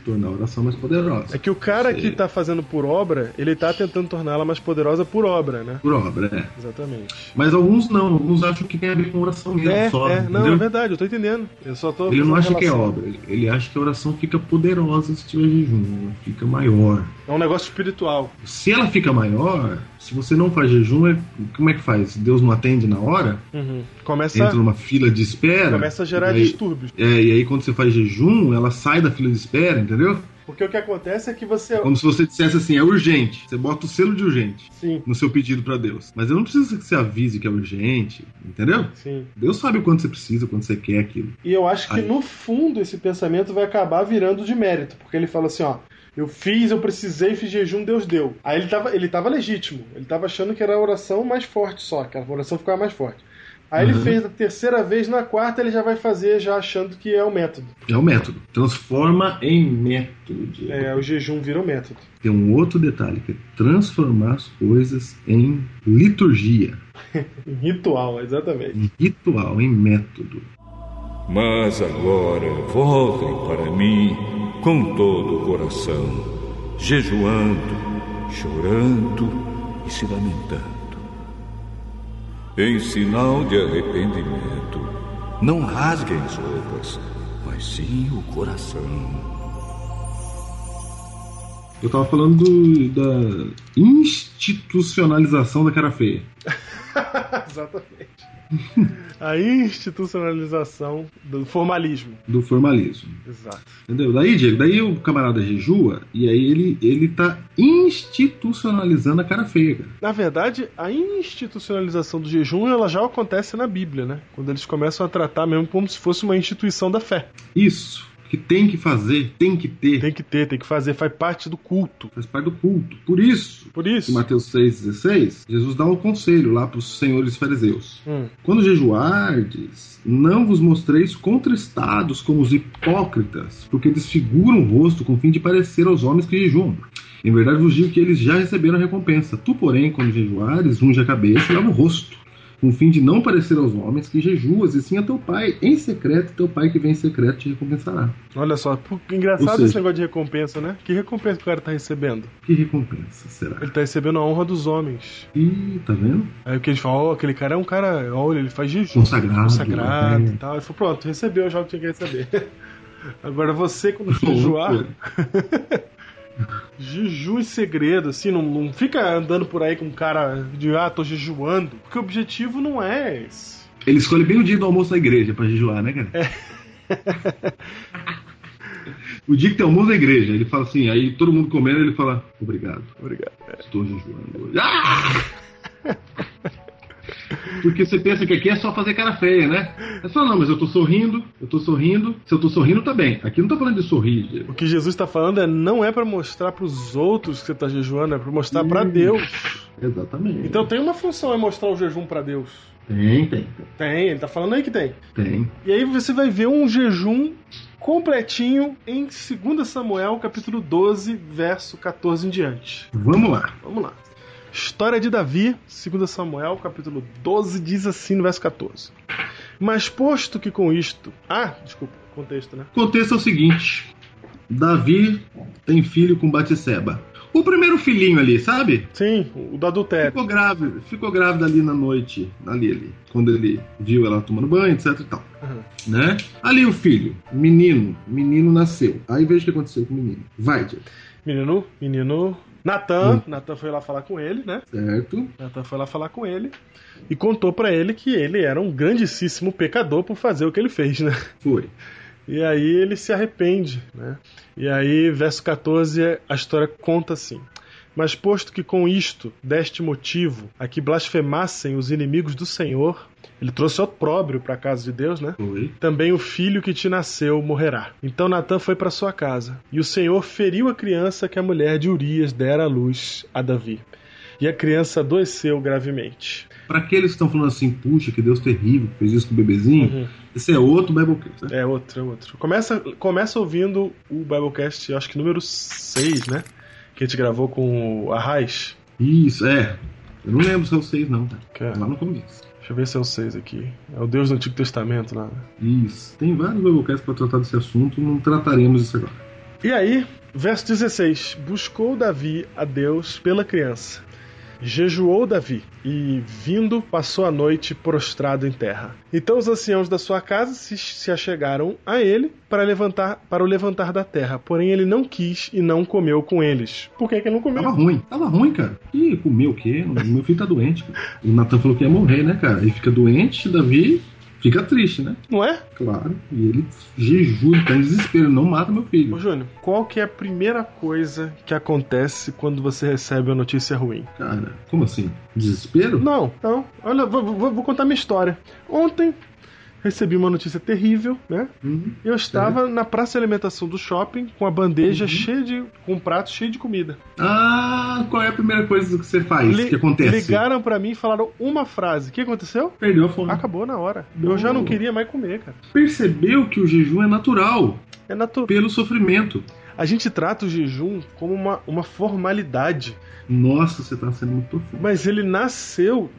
Speaker 2: Tornar a oração mais poderosa.
Speaker 3: É que o cara
Speaker 2: Sim.
Speaker 3: que tá fazendo por obra, ele tá tentando torná-la mais poderosa por obra, né?
Speaker 2: Por obra, é.
Speaker 3: Exatamente.
Speaker 2: Mas alguns não, alguns acham que tem a ver com oração mesmo.
Speaker 3: É,
Speaker 2: só,
Speaker 3: é, não, é
Speaker 2: entendeu?
Speaker 3: verdade, eu tô entendendo. Eu só tô.
Speaker 2: Ele
Speaker 3: fazendo
Speaker 2: não acha que é
Speaker 3: relação.
Speaker 2: obra, ele, ele acha que a oração fica poderosa se tiver jejum, ela fica maior.
Speaker 3: É um negócio espiritual.
Speaker 2: Se ela fica maior, se você não faz jejum, é- como é que faz? Deus não atende na hora?
Speaker 3: Começa,
Speaker 2: Entra numa fila de espera?
Speaker 3: começa a gerar
Speaker 2: e aí,
Speaker 3: distúrbios.
Speaker 2: é, e aí quando você faz jejum, ela sai da fila de espera, entendeu?
Speaker 3: Porque o que acontece é que você.
Speaker 2: Como se você dissesse assim, é urgente. Você bota o selo de urgente
Speaker 3: Sim,
Speaker 2: no seu pedido pra Deus. Mas eu não preciso que você avise que é urgente, entendeu?
Speaker 3: sim.
Speaker 2: Deus sabe o quanto você precisa, quando você quer aquilo.
Speaker 3: E eu acho que
Speaker 2: Aí.
Speaker 3: no fundo esse pensamento vai acabar virando de mérito, porque ele fala assim, ó, eu fiz, eu precisei, fiz jejum, Deus deu. Aí ele tava, ele tava legítimo, ele tava achando que era a oração mais forte só, que a oração ficava mais forte. Aí ele
Speaker 2: Uhum.
Speaker 3: fez a terceira vez, na quarta ele já vai fazer, já achando que é o método.
Speaker 2: É o método. Transforma em método. Diego.
Speaker 3: É, o jejum vira o método.
Speaker 2: Tem um outro detalhe que é transformar as coisas em liturgia,
Speaker 3: Um ritual, exatamente.
Speaker 2: em ritual, em método.
Speaker 5: Mas agora voltem para mim com todo o coração, jejuando, chorando e se lamentando. Em sinal de arrependimento, não rasguem as roupas, mas sim o coração.
Speaker 2: Eu tava falando do- da institucionalização da cara feia.
Speaker 3: exatamente. A institucionalização do formalismo.
Speaker 2: Do formalismo.
Speaker 3: Exato.
Speaker 2: Entendeu? Daí, Diego, daí o camarada jejua e aí ele, ele tá institucionalizando a cara feia, cara.
Speaker 3: Na verdade, a institucionalização do jejum ela já acontece na Bíblia, né? Quando eles começam a tratar mesmo como se fosse uma instituição da fé.
Speaker 2: Isso. Que tem que fazer, tem que ter.
Speaker 3: Tem que ter, tem que fazer, faz parte do culto.
Speaker 2: Faz parte do culto. Por isso,
Speaker 3: Por
Speaker 2: em
Speaker 3: isso.
Speaker 2: Mateus 6,16, Jesus dá um conselho lá pros senhores fariseus.
Speaker 3: Hum,
Speaker 2: Quando jejuardes, não vos mostreis contristados como os hipócritas, porque desfiguram o rosto com o fim de parecer aos homens que jejuam. Em verdade vos digo que eles já receberam a recompensa. Tu, porém, quando jejuares, unge a cabeça e lava o rosto, com o fim de não parecer aos homens que jejuas, e sim a teu pai, em secreto, teu pai que vem em secreto te recompensará.
Speaker 3: olha só, pô, que engraçado
Speaker 2: Ou seja-
Speaker 3: esse negócio de recompensa, né? Que recompensa que o cara tá recebendo?
Speaker 2: Que recompensa será?
Speaker 3: Ele tá recebendo a honra dos homens.
Speaker 2: Ih, tá vendo?
Speaker 3: Aí o que eles falam, ó, aquele cara é um cara, olha, ele faz jejum.
Speaker 2: Consagrado.
Speaker 3: Consagrado
Speaker 2: né?
Speaker 3: e tal. Ele falou, pronto, recebeu já o que tinha que receber. Agora você, quando jejuar, Jejum em segredo, assim, não, não fica andando por aí com um cara de ah, tô jejuando. Porque o objetivo não é esse.
Speaker 2: Ele escolhe bem o dia do almoço da igreja pra jejuar, né, cara?
Speaker 3: É.
Speaker 2: o dia que tem almoço da igreja, ele fala assim, aí todo mundo comendo, ele fala, obrigado,
Speaker 3: Obrigado. é."
Speaker 2: estou jejuando hoje. Ah! Porque você pensa que aqui é só fazer cara feia, né? É só não, mas eu tô sorrindo, eu tô sorrindo. Se eu tô sorrindo, tá bem. Aqui não tá falando de sorrir, Diego.
Speaker 3: O que Jesus tá falando é não é pra mostrar pros outros que você tá jejuando, é pra mostrar pra
Speaker 2: Hum.
Speaker 3: Deus.
Speaker 2: Exatamente.
Speaker 3: Então tem uma função é mostrar o jejum pra Deus.
Speaker 2: Tem, tem,
Speaker 3: Tem, ele tá falando aí que tem.
Speaker 2: tem.
Speaker 3: E aí você vai ver um jejum completinho em 2 Samuel, capítulo 12, verso 14 em diante.
Speaker 2: Vamos lá.
Speaker 3: Vamos lá. História de Davi, 2 Samuel, capítulo 12, diz assim no verso 14. Mas posto que com isto. Ah, desculpa, contexto, né?
Speaker 2: O contexto é o seguinte: Davi tem filho com Batisseba. O primeiro filhinho ali, sabe?
Speaker 3: Sim, o do adultério.
Speaker 2: Ficou grávida, ficou grávida ali na noite, ali, ali, quando ele viu ela tomando banho, etc e tal,
Speaker 3: Uhum.
Speaker 2: né? Ali o filho, menino, menino nasceu. Aí veja o que aconteceu com o menino. Vai, Diego.
Speaker 3: Menino, menino. Natan, Natan foi lá falar com ele, né?
Speaker 2: certo?
Speaker 3: Natan foi lá falar com ele e contou pra ele que ele era um grandíssimo pecador por fazer o que ele fez, né?
Speaker 2: Foi.
Speaker 3: E aí ele se arrepende, né? E aí, verso 14, a história conta assim. Mas posto que com isto deste motivo a que blasfemassem os inimigos do Senhor, ele trouxe opróbrio para a casa de Deus, né?
Speaker 2: Foi.
Speaker 3: Também o filho que te nasceu morrerá. Então Natan foi para sua casa, e o Senhor feriu a criança que a mulher de Urias dera à luz a Davi. E a criança adoeceu gravemente.
Speaker 2: Pra aqueles que estão falando assim, puxa, que Deus terrível, que fez isso com o bebezinho,
Speaker 3: Uhum.
Speaker 2: esse é outro Biblecast, né?
Speaker 3: É outro, é outro. Começa, começa ouvindo o Biblecast, acho que número 6, né? Que a gente gravou com o Arraiz.
Speaker 2: Isso, é. Eu não lembro se é o seis, não, cara.
Speaker 3: Que é-
Speaker 2: Lá no começo.
Speaker 3: deixa eu ver se é o 6 aqui. É o Deus do Antigo Testamento lá. né?
Speaker 2: Isso. Tem vários Biblecasts pra tratar desse assunto, não trataremos isso agora.
Speaker 3: E aí, verso 16. Buscou Davi a Deus pela criança. Jejuou Davi e, vindo, passou a noite prostrado em terra. Então os anciãos da sua casa se, se achegaram a ele para, levantar, para o levantar da terra. Porém, ele não quis e não comeu com eles. Por que, que ele não comeu?
Speaker 2: Tava ruim, tava ruim, cara. Ih, comeu o quê? Meu filho tá doente, cara. O Natan falou que ia morrer, né, cara? Ele fica doente, Davi Fica triste, né?
Speaker 3: Não é?
Speaker 2: Claro. E ele jejua, tá em desespero. Não mata meu
Speaker 3: Ô,
Speaker 2: filho.
Speaker 3: Júnior, qual que é a primeira coisa que acontece quando você recebe uma notícia ruim?
Speaker 2: Cara, como assim? Desespero?
Speaker 3: Não, não. Olha, vou, vou- vou contar minha história. Ontem recebi uma notícia terrível, né?
Speaker 2: Uhum.
Speaker 3: Eu estava na praça de alimentação do shopping com a
Speaker 2: Uhum.
Speaker 3: bandeja cheia de. com um prato cheio de comida.
Speaker 2: Ah, qual é a primeira coisa que você faz?
Speaker 3: Li-
Speaker 2: É que acontece?
Speaker 3: Ligaram pra mim e falaram uma frase. O que aconteceu?
Speaker 2: Perdeu a fome.
Speaker 3: Acabou na hora. Eu já não queria mais comer, cara.
Speaker 2: Percebeu que o jejum é natural
Speaker 3: É natural.
Speaker 2: pelo sofrimento.
Speaker 3: A gente trata o jejum como uma, uma formalidade,
Speaker 2: Nossa, você tá sendo muito profundo.
Speaker 3: mas ele nasceu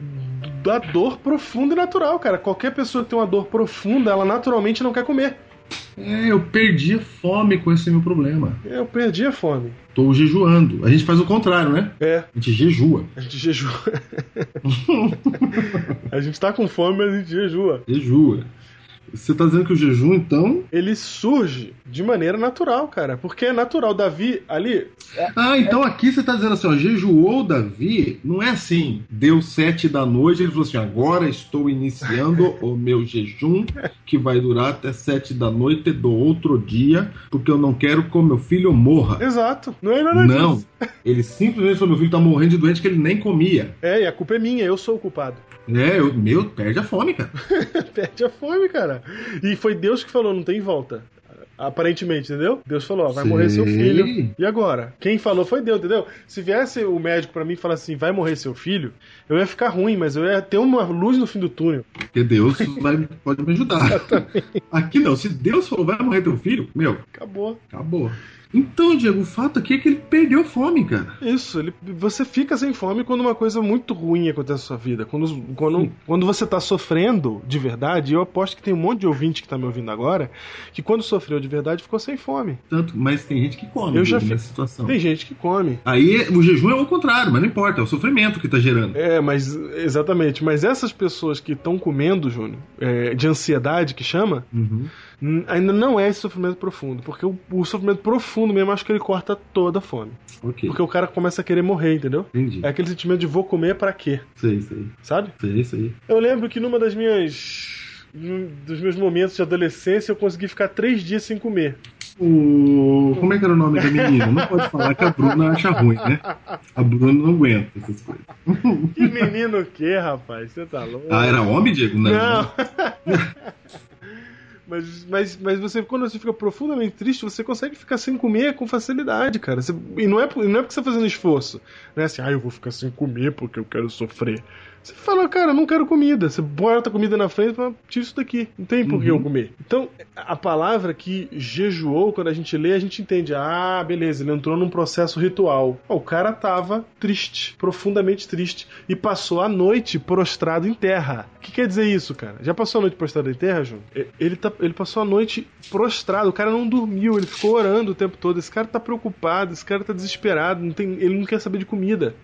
Speaker 3: da dor profunda e natural, cara. Qualquer pessoa que tem uma dor profunda, ela naturalmente não quer comer.
Speaker 2: É, eu perdi a fome com esse meu problema.
Speaker 3: Eu perdi a fome.
Speaker 2: Tô jejuando. A gente faz o contrário, né?
Speaker 3: É,
Speaker 2: A gente jejua.
Speaker 3: a gente jejua. a gente tá com fome, mas a gente jejua.
Speaker 2: Jejua. Você tá dizendo que o jejum, então.
Speaker 3: Ele surge de maneira natural, cara. Porque é natural. Davi, ali,
Speaker 2: Ah, então aqui você tá dizendo assim, ó, jejuou Davi, não é assim. Deu sete da noite, ele falou assim: agora estou iniciando o meu jejum, que vai durar até sete da noite do outro dia, porque eu não quero que o meu filho morra.
Speaker 3: exato. Não é nada
Speaker 2: Não.
Speaker 3: disso.
Speaker 2: Ele simplesmente falou: meu filho tá morrendo de doente que ele nem comia.
Speaker 3: É, e a culpa é minha, eu sou o culpado.
Speaker 2: É, eu, meu, perde a fome, cara.
Speaker 3: Perde a fome, cara. E foi Deus que falou, não tem volta. Aparentemente, entendeu? Deus falou, ó, vai morrer seu
Speaker 2: Sei.
Speaker 3: filho. E agora? Quem falou foi Deus, entendeu? Se viesse o médico pra mim e falasse assim, vai morrer seu filho, eu ia ficar ruim, mas eu ia ter uma luz no fim do túnel.
Speaker 2: Porque Deus vai, pode me ajudar. Aqui não, se Deus falou, vai morrer teu filho, meu,
Speaker 3: Acabou.
Speaker 2: acabou. Então, Diego, o fato aqui é que ele perdeu a fome, cara.
Speaker 3: Isso, ele- você fica sem fome quando uma coisa muito ruim acontece na sua vida. Quando, quando, quando você tá sofrendo de verdade, eu aposto que tem um monte de ouvinte que tá me ouvindo agora, que quando sofreu de verdade ficou sem fome.
Speaker 2: Tanto, mas tem gente que come
Speaker 3: Eu já
Speaker 2: Diego,
Speaker 3: fiz-
Speaker 2: nessa situação.
Speaker 3: Tem gente que come.
Speaker 2: Aí o jejum é o contrário, mas não importa, é o sofrimento que tá gerando.
Speaker 3: É, mas exatamente. Mas essas pessoas que estão comendo, Júnior, é, de ansiedade que chama,
Speaker 2: Uhum.
Speaker 3: n- ainda não é esse sofrimento profundo. Porque o, o sofrimento profundo mesmo, acho que ele corta toda a fome.
Speaker 2: Ok,
Speaker 3: Porque o cara começa a querer morrer, entendeu?
Speaker 2: entendi.
Speaker 3: É aquele sentimento de vou comer pra quê,
Speaker 2: Sei, sei,
Speaker 3: sabe?
Speaker 2: sei, sei.
Speaker 3: Eu lembro que numa das minhas. num dos meus momentos de adolescência, eu consegui ficar três dias sem comer.
Speaker 2: O... Como é que era o nome da menina? Não pode falar que a Bruna acha ruim, né? A Bruna não aguenta essas coisas.
Speaker 3: Que menino o quê, rapaz? Você tá louco?
Speaker 2: Ah, era homem, Diego? Não.
Speaker 3: Não. mas, mas, mas você, quando você fica profundamente triste, você consegue ficar sem comer com facilidade, cara. Você- e não é, por- não é porque você tá fazendo esforço. Não é assim, ah, eu vou ficar sem comer porque eu quero sofrer. Você fala, cara, eu não quero comida. Você bota a comida na frente e fala, tira isso daqui. Não tem por que eu comer. Então, a palavra que jejuou, quando a gente lê, a gente entende. Ah, beleza, ele entrou num processo ritual. Ó, O cara tava triste, profundamente triste, e passou a noite prostrado em terra. O que quer dizer isso, cara? Já passou a noite prostrado em terra, João? E- Ele, tá, ele passou a noite prostrado, o cara não dormiu, ele ficou orando o tempo todo. Esse cara tá preocupado, esse cara tá desesperado, não tem, ele não quer saber de comida.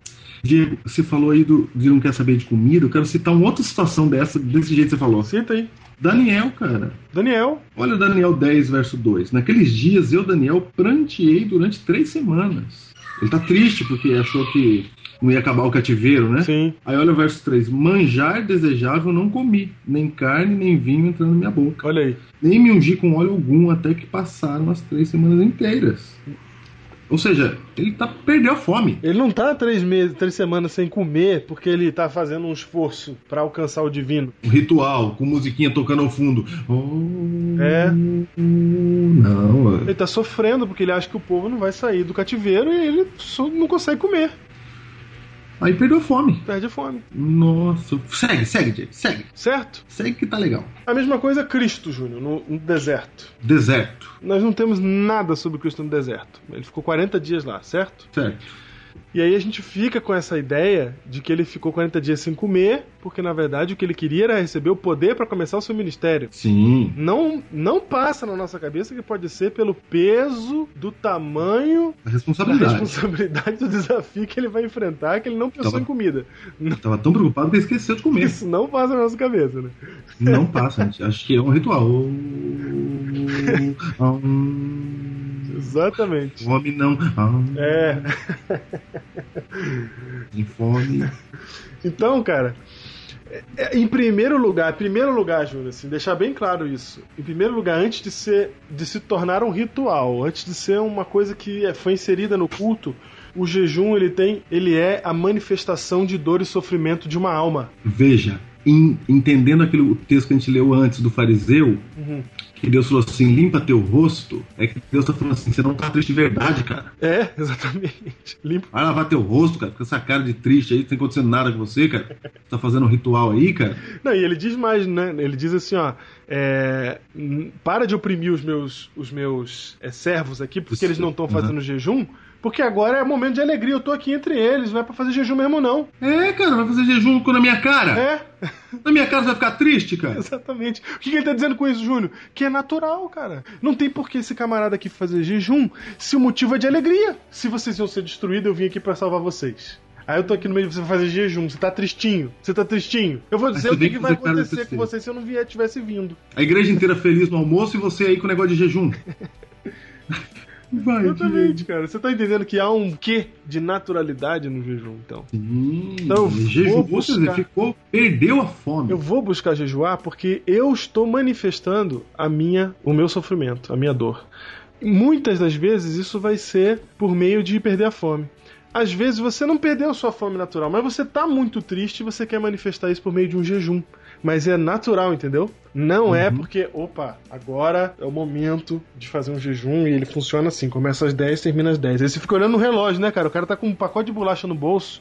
Speaker 2: Diego, você falou aí do, de não quer saber de comida. Eu quero citar uma outra situação dessa, desse jeito que você falou.
Speaker 3: Cita aí.
Speaker 2: Daniel, cara.
Speaker 3: Daniel,
Speaker 2: Olha Daniel 10, verso 2. Naqueles dias eu, Daniel, pranteei durante três semanas. Ele tá triste porque achou que não ia acabar o cativeiro, né?
Speaker 3: sim.
Speaker 2: Aí olha o verso 3. Manjar desejável não comi, nem carne, nem vinho entrando na minha boca.
Speaker 3: Olha aí.
Speaker 2: Nem me ungi com óleo algum até que passaram as três semanas inteiras. Ou seja, ele tá, perdeu a fome.
Speaker 3: Ele não tá três meses, três semanas sem comer porque ele tá fazendo um esforço pra alcançar o divino.
Speaker 2: um ritual com musiquinha tocando ao fundo. Oh,
Speaker 3: É.
Speaker 2: Não, é.
Speaker 3: Ele tá sofrendo porque ele acha que o povo não vai sair do cativeiro e ele só não consegue comer,
Speaker 2: aí perdeu a fome.
Speaker 3: perde a fome,
Speaker 2: Nossa, segue, segue, Diego, segue,
Speaker 3: certo?
Speaker 2: segue que tá legal.
Speaker 3: A mesma coisa é Cristo, Júnior, no, no deserto.
Speaker 2: Deserto,
Speaker 3: Nós não temos nada sobre Cristo no deserto. Ele ficou 40 dias lá, certo?
Speaker 2: certo?
Speaker 3: E aí a gente fica com essa ideia de que ele ficou 40 dias sem comer, porque na verdade o que ele queria era receber o poder pra começar o seu ministério.
Speaker 2: Sim,
Speaker 3: não, não passa na nossa cabeça que pode ser pelo peso do tamanho
Speaker 2: a
Speaker 3: da
Speaker 2: responsabilidade.
Speaker 3: é
Speaker 2: Então,
Speaker 3: responsabilidade do desafio que ele vai enfrentar, que ele não pensou
Speaker 2: Tava-
Speaker 3: em comida.
Speaker 2: Tava tão preocupado que esqueceu de comer.
Speaker 3: Isso não passa na nossa cabeça, né?
Speaker 2: Não passa, gente. Acho que é um ritual. Ah,
Speaker 3: Exatamente.
Speaker 2: Fome não. Ah,
Speaker 3: É.
Speaker 2: Tem fome.
Speaker 3: Então, cara, É, Em primeiro lugar, primeiro lugar, Júnior, assim, deixar bem claro isso. Em primeiro lugar, antes de ser de se tornar um ritual, antes de ser uma coisa que é- foi inserida no culto, o jejum ele tem, ele é a manifestação de dor e sofrimento de uma alma.
Speaker 2: Veja, em- entendendo aquele o texto que a gente leu antes do fariseu, que Deus falou assim: limpa teu rosto. É que Deus tá falando assim: você não tá triste de verdade, cara.
Speaker 3: É, exatamente. Limpo.
Speaker 2: Vai lavar teu rosto, cara, com essa cara de triste aí, não tem acontecendo nada com você, cara. Tá fazendo um ritual aí, cara.
Speaker 3: Não, e ele diz mais, né? Ele diz assim, ó, é, n- para de oprimir os meus os meus é, servos aqui, porque
Speaker 2: Isso,
Speaker 3: eles não estão
Speaker 2: aham.
Speaker 3: fazendo jejum, porque agora é momento de alegria, eu tô aqui entre eles, não é pra fazer jejum mesmo não.
Speaker 2: É, cara, vai fazer jejum na minha cara.
Speaker 3: É.
Speaker 2: Na minha cara você vai ficar triste, cara.
Speaker 3: Exatamente. O que que ele tá dizendo com isso, Júnior? Que é natural, cara. Não tem por que esse camarada aqui fazer jejum se o motivo é de alegria. Se vocês iam ser destruídos, eu vim aqui pra salvar vocês. Aí eu tô aqui no meio de você fazer jejum, você tá tristinho, você tá tristinho. Eu vou dizer
Speaker 2: você
Speaker 3: o
Speaker 2: tem
Speaker 3: que, que
Speaker 2: que
Speaker 3: vai
Speaker 2: fazer cara de
Speaker 3: acontecer com
Speaker 2: tristeza.
Speaker 3: você se eu não vier, tivesse vindo.
Speaker 2: A igreja inteira feliz no almoço e você aí com o negócio de jejum. Vai,
Speaker 3: Exatamente, cara. Você tá entendendo que há um quê de naturalidade no jejum, então.
Speaker 2: Hum,
Speaker 3: Então, eu
Speaker 2: jejum,
Speaker 3: vou
Speaker 2: você
Speaker 3: buscar.
Speaker 2: ficou, perdeu a fome.
Speaker 3: Eu vou buscar jejuar porque eu estou manifestando a minha, o meu sofrimento, a minha dor. Muitas das vezes isso vai ser por meio de perder a fome. Às vezes você não perdeu a sua fome natural, mas você tá muito triste e você quer manifestar isso por meio de um jejum. Mas é natural, entendeu? Não é porque, opa, agora é o momento de fazer um jejum e ele funciona assim: começa às 10, termina às 10. Aí você fica olhando no relógio, né, cara? O cara tá com um pacote de bolacha no bolso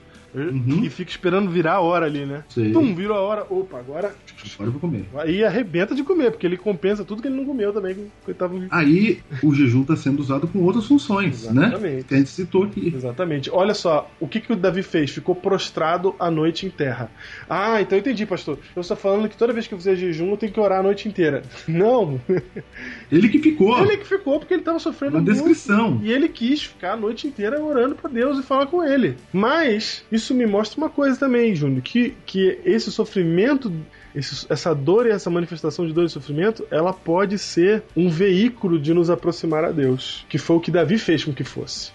Speaker 3: e fica esperando virar a hora ali, né?
Speaker 2: Sei.
Speaker 3: Tum, virou a hora. Opa, agora.
Speaker 2: Agora eu vou comer.
Speaker 3: Aí arrebenta de comer, porque ele compensa tudo que ele não comeu também, que coitado.
Speaker 2: Ah. Aí o jejum está sendo usado com outras funções, né?
Speaker 3: Exatamente.
Speaker 2: Que a gente citou aqui.
Speaker 3: Exatamente. Olha só, o que, que o Davi fez? Ficou prostrado a noite em terra. Ah, então eu entendi, pastor. Eu estou falando que toda vez que eu fizer jejum, eu tenho que orar a noite inteira. Não.
Speaker 2: Ele que ficou
Speaker 3: Ele que ficou porque ele estava sofrendo
Speaker 2: na
Speaker 3: muito.
Speaker 2: descrição.
Speaker 3: E ele quis ficar a noite inteira orando pra Deus e falar com ele. Mas isso me mostra uma coisa também, Júnior, que, que esse sofrimento, esse- essa dor e essa manifestação de dor e sofrimento, ela pode ser um veículo de nos aproximar a Deus, que foi o que Davi fez com que fosse.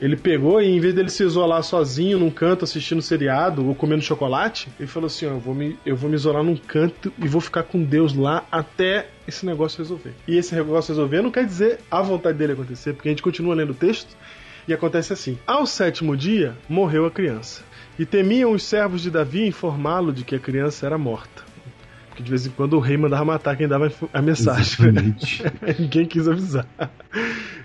Speaker 3: Ele pegou e em vez dele se isolar sozinho num canto assistindo seriado ou comendo chocolate, ele falou assim: ó, eu vou me, eu vou me isolar num canto e vou ficar com Deus lá até esse negócio resolver. E esse negócio resolver não quer dizer a vontade dele acontecer, porque a gente continua lendo o texto e acontece assim: Ao sétimo dia, morreu a criança. E temiam os servos de Davi informá-lo de que a criança era morta. Porque de vez em quando o rei mandava matar quem dava a info- a mensagem.
Speaker 2: Exatamente.
Speaker 3: Ninguém quis avisar.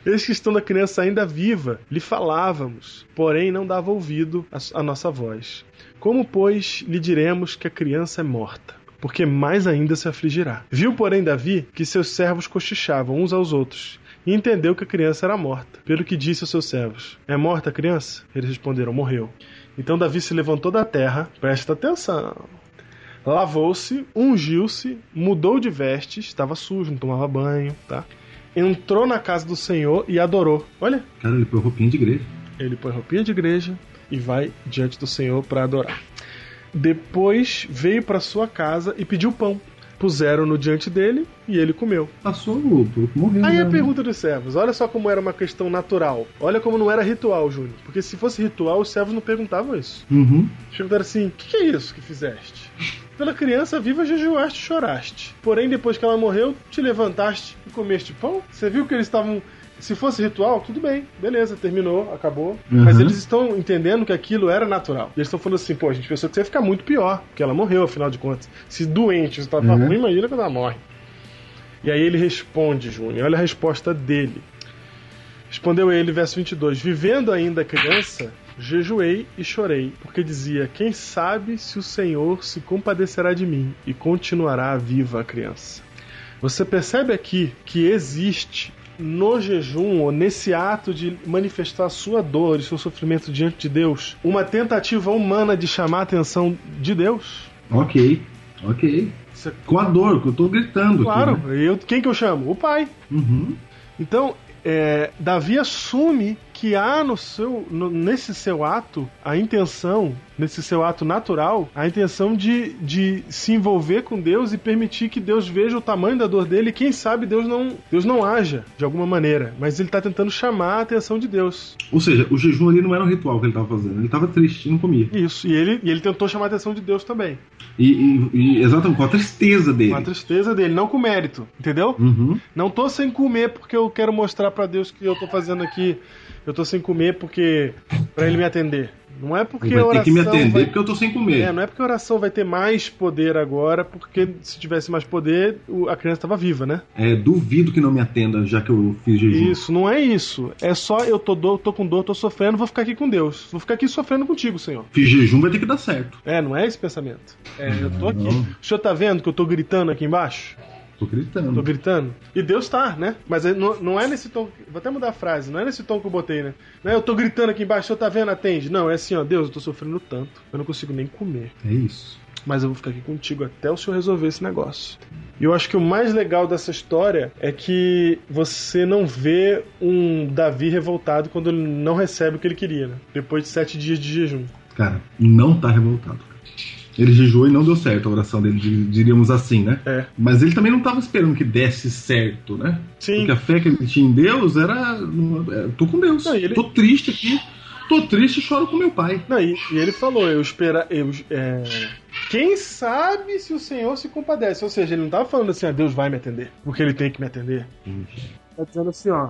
Speaker 3: Eis que estando a criança ainda viva, lhe falávamos, porém não dava ouvido à s- à nossa voz. Como, pois, lhe diremos que a criança é morta? Porque mais ainda se afligirá. Viu, porém, Davi que seus servos cochichavam uns aos outros. E entendeu que a criança era morta, pelo que disse aos seus servos: É morta a criança? Eles responderam: Morreu. Então Davi se levantou da terra, presta atenção, Lavou-se, ungiu-se, mudou de vestes, estava sujo, não tomava banho, tá? Entrou na casa do Senhor e adorou. Olha,
Speaker 2: Cara, ele põe roupinha de igreja.
Speaker 3: ele põe roupinha de igreja e vai diante do Senhor para adorar. Depois veio para sua casa e pediu pão. Puseram-no diante dele e ele comeu.
Speaker 2: Passou o o- morreu.
Speaker 3: Aí
Speaker 2: já,
Speaker 3: a
Speaker 2: né?
Speaker 3: pergunta dos servos: olha só como era uma questão natural. Olha como não era ritual, Júnior. Porque se fosse ritual, os servos não perguntavam isso.
Speaker 2: Uhum.
Speaker 3: Perguntaram assim: o que, que é isso que fizeste? Pela criança viva jejuaste e choraste. Porém, depois que ela morreu, te levantaste e comeste pão? Você viu que eles estavam. Se fosse ritual, tudo bem, beleza, terminou, acabou.
Speaker 2: Uhum.
Speaker 3: Mas eles estão entendendo que aquilo era natural. Eles estão falando assim: pô, a gente pensou que você ia ficar muito pior, porque ela morreu, afinal de contas. Se doente, você tá tá
Speaker 2: Uhum.
Speaker 3: ruim, imagina quando ela morre. E aí ele responde, Júnior. Olha a resposta dele. Respondeu ele, verso 22. Vivendo ainda criança, jejuei e chorei, porque dizia: Quem sabe se o Senhor se compadecerá de mim e continuará viva a criança. Você percebe aqui que existe no jejum ou nesse ato de manifestar sua dor e seu sofrimento diante de Deus uma tentativa humana de chamar a atenção de Deus?
Speaker 2: Ok, ok.
Speaker 3: Você-
Speaker 2: Com a dor, que eu tô gritando. Aqui,
Speaker 3: Claro, eu, quem que eu chamo? O pai.
Speaker 2: né? Uhum.
Speaker 3: Então, é, Davi assume que há no seu, no- nesse seu ato a intenção, nesse seu ato natural, a intenção de, de se envolver com Deus e permitir que Deus veja o tamanho da dor dele. E quem sabe Deus não, Deus não haja de alguma maneira, mas ele tá tentando chamar a atenção de Deus.
Speaker 2: Ou seja, o jejum ali não era um ritual que ele estava fazendo. Ele estava triste e não comia.
Speaker 3: Isso, e ele, e ele tentou chamar a atenção de Deus também.
Speaker 2: E, e- e- exatamente com a tristeza dele.
Speaker 3: Com a tristeza dele, não com mérito, entendeu?
Speaker 2: Uhum.
Speaker 3: Não tô sem comer porque eu quero mostrar pra Deus que eu tô fazendo aqui. Eu tô sem comer porque Pra ele me atender. Não é porque
Speaker 2: Ele vai
Speaker 3: a oração
Speaker 2: ter que me atender
Speaker 3: vai-
Speaker 2: porque eu tô sem comer.
Speaker 3: É, não é porque a oração vai ter mais poder agora, porque se tivesse mais poder, o- a criança tava viva, né?
Speaker 2: É, duvido que não me atenda, já que eu fiz jejum.
Speaker 3: Isso, não é isso. É só eu tô, dor, tô com dor, tô sofrendo, vou ficar aqui com Deus. Vou ficar aqui sofrendo contigo, Senhor.
Speaker 2: Fiz jejum, vai ter que dar certo.
Speaker 3: É, não é esse pensamento. É, eu tô aqui.
Speaker 2: Uhum.
Speaker 3: O senhor tá vendo que eu tô gritando aqui embaixo?
Speaker 2: Tô gritando.
Speaker 3: Tô gritando. E Deus tá, né? Mas é- não, não é nesse tom. Vou até mudar a frase, não é nesse tom que eu botei, né? Não é eu tô gritando aqui embaixo, o senhor tá vendo, atende. Não, é assim, ó, Deus, eu tô sofrendo tanto. Eu não consigo nem comer.
Speaker 2: É isso.
Speaker 3: Mas eu vou ficar aqui contigo até o senhor resolver esse negócio. E eu acho que o mais legal dessa história é que você não vê um Davi revoltado quando ele não recebe o que ele queria, né? Depois de sete dias de jejum.
Speaker 2: Cara, não tá revoltado. cara. Ele jejuou e não deu certo a oração dele, di- diríamos assim, né?
Speaker 3: É.
Speaker 2: Mas ele também não tava esperando que desse certo, né?
Speaker 3: Sim.
Speaker 2: Porque a fé que ele tinha em Deus era. não, é, Tô com Deus.
Speaker 3: Não, e ele-
Speaker 2: Tô triste aqui. Tô triste e choro com meu pai.
Speaker 3: Não, e, e ele falou, eu espero. Eu, é, quem sabe se o Senhor se compadece? Ou seja, ele não tava falando assim, ah, Deus vai me atender, porque ele tem que me atender. Tá dizendo assim, ó.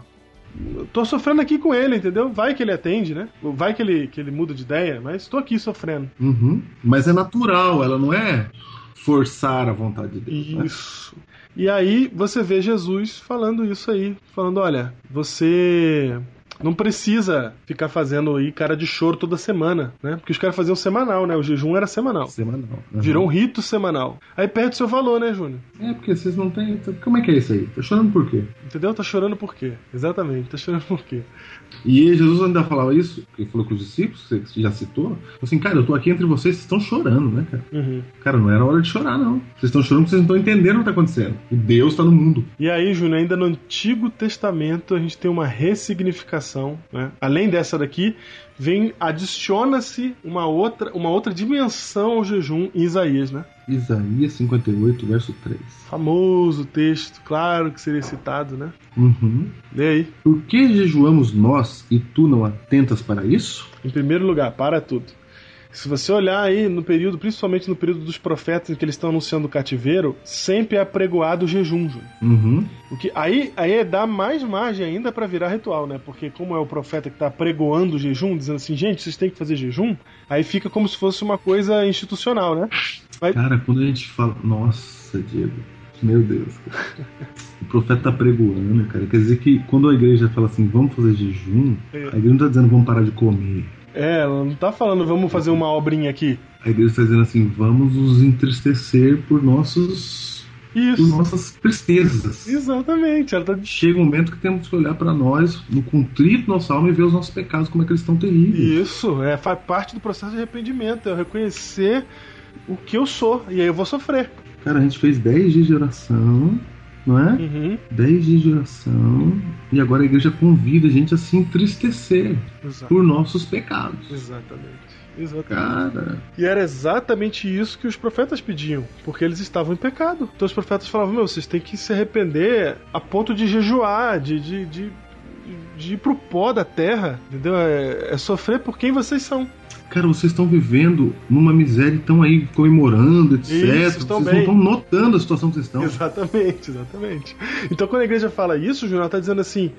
Speaker 3: eu Tô sofrendo aqui com ele, entendeu? Vai que ele atende, né? Vai que ele, que ele muda de ideia, mas tô aqui sofrendo.
Speaker 2: Uhum. Mas é natural, ela não é forçar a vontade de Deus. né?
Speaker 3: Isso. E aí você vê Jesus falando isso aí, falando, olha, você não precisa ficar fazendo aí cara de choro toda semana, né? Porque os caras faziam semanal, né? O jejum era semanal.
Speaker 2: Semanal. Uhum.
Speaker 3: Virou um rito semanal. Aí perde seu valor, né, Júnior?
Speaker 2: É, porque vocês não têm. Como é que é isso aí? Tá chorando por quê?
Speaker 3: Entendeu? Tá chorando por quê? Exatamente, tá chorando por quê?
Speaker 2: E Jesus ainda falava isso, porque ele falou com os discípulos, que você já citou. Falou assim, cara, eu tô aqui entre vocês, vocês estão chorando, né, cara?
Speaker 3: Uhum.
Speaker 2: Cara, não era hora de chorar, não. Vocês estão chorando porque vocês não estão entendendo o que tá acontecendo. E Deus tá no mundo.
Speaker 3: E aí, Júnior, ainda no Antigo Testamento a gente tem uma ressignificação, né? Além dessa daqui, vem adiciona-se uma outra, uma outra dimensão ao jejum em Isaías, né?
Speaker 2: Isaías 58, verso 3.
Speaker 3: Famoso texto, claro que seria citado, né?
Speaker 2: Uhum.
Speaker 3: E aí,
Speaker 2: Por que jejuamos nós e tu não atentas para isso?
Speaker 3: em primeiro lugar, para tudo. Se você olhar aí no período, principalmente no período dos profetas em que eles estão anunciando o cativeiro, sempre é apregoado o jejum, Júnior.
Speaker 2: Uhum.
Speaker 3: O que, aí, aí dá mais margem ainda pra virar ritual, né? Porque como é o profeta que tá pregoando o jejum, dizendo assim, gente, vocês têm que fazer jejum, aí fica como se fosse uma coisa institucional, né?
Speaker 2: Cara, quando a gente fala. Nossa, Diego. Meu Deus. Cara. O profeta tá pregoando, cara. Quer dizer que quando a igreja fala assim, vamos fazer jejum, a igreja não tá dizendo vamos parar de comer.
Speaker 3: É, ela não tá falando, vamos fazer uma obrinha aqui.
Speaker 2: A igreja está dizendo assim: vamos nos entristecer por, nossos, por
Speaker 3: Isso,
Speaker 2: nossas tristezas.
Speaker 3: exatamente. Ela tá
Speaker 2: Chega um momento que temos que olhar para nós, no contrito nossa alma, e ver os nossos pecados, como é que eles estão terríveis.
Speaker 3: Isso, é, faz parte do processo de arrependimento, é eu reconhecer o que eu sou, e aí eu vou sofrer.
Speaker 2: Cara, a gente fez 10 dias de oração, não é?
Speaker 3: Uhum,
Speaker 2: 10 dias de oração, e agora a igreja convida a gente a se entristecer
Speaker 3: exato.
Speaker 2: por nossos pecados.
Speaker 3: Exatamente. Exatamente.
Speaker 2: Cara,
Speaker 3: E era exatamente isso que os profetas pediam, porque eles estavam em pecado. Então os profetas falavam: meu, vocês têm que se arrepender a ponto de jejuar, de, de, de, de ir pro pó da terra, entendeu? É, é sofrer por quem vocês são.
Speaker 2: cara, vocês estão vivendo numa miséria, estão aí comemorando, etc.
Speaker 3: Isso, estão
Speaker 2: vocês
Speaker 3: bem.
Speaker 2: não estão notando a situação que vocês estão.
Speaker 3: Exatamente, exatamente. Então quando a igreja fala isso, o Júnior tá dizendo assim.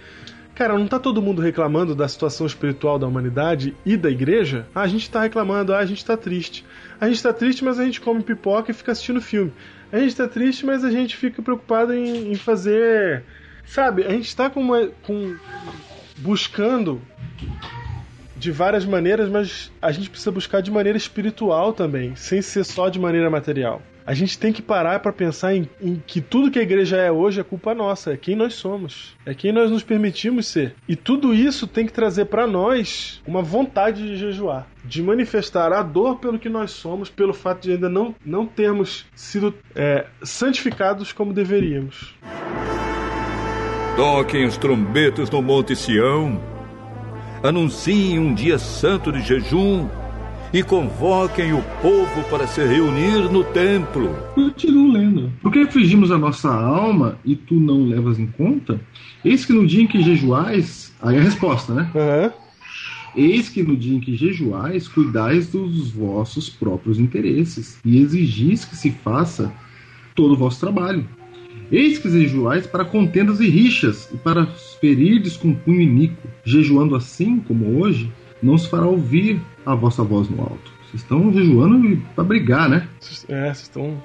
Speaker 3: Cara, não tá todo mundo reclamando da situação espiritual da humanidade e da igreja? Ah, a gente tá reclamando, ah, a gente tá triste. A gente tá triste, mas a gente come pipoca e fica assistindo filme. A gente tá triste, mas a gente fica preocupado em, em fazer. Sabe, a gente tá com uma. Com, buscando de várias maneiras, mas a gente precisa buscar de maneira espiritual também, sem ser só de maneira material. A gente tem que parar pra pensar em, em que tudo que a igreja é hoje é culpa nossa, é quem nós somos, é quem nós nos permitimos ser. E tudo isso tem que trazer pra nós uma vontade de jejuar, de manifestar a dor pelo que nós somos, pelo fato de ainda não, não termos sido é, santificados como deveríamos.
Speaker 5: Toquem as trombetas no Monte Sião. anunciem um dia santo de jejum e convoquem o povo para se reunir no templo.
Speaker 2: Continuo lendo. Por que afligimos a nossa alma e tu não levas em conta? Eis que no dia em que jejuais. Aí a resposta, né?
Speaker 3: Aham.
Speaker 2: Eis que no dia em que jejuais, cuidais dos vossos próprios interesses e exigis que se faça todo o vosso trabalho. Eis que jejuais para contendas e rixas e para os ferirdes com punho iníquo. Jejuando assim, como hoje, não se fará ouvir a vossa voz no alto. Vocês estão jejuando para brigar, né?
Speaker 3: Vocês- É, vocês estão.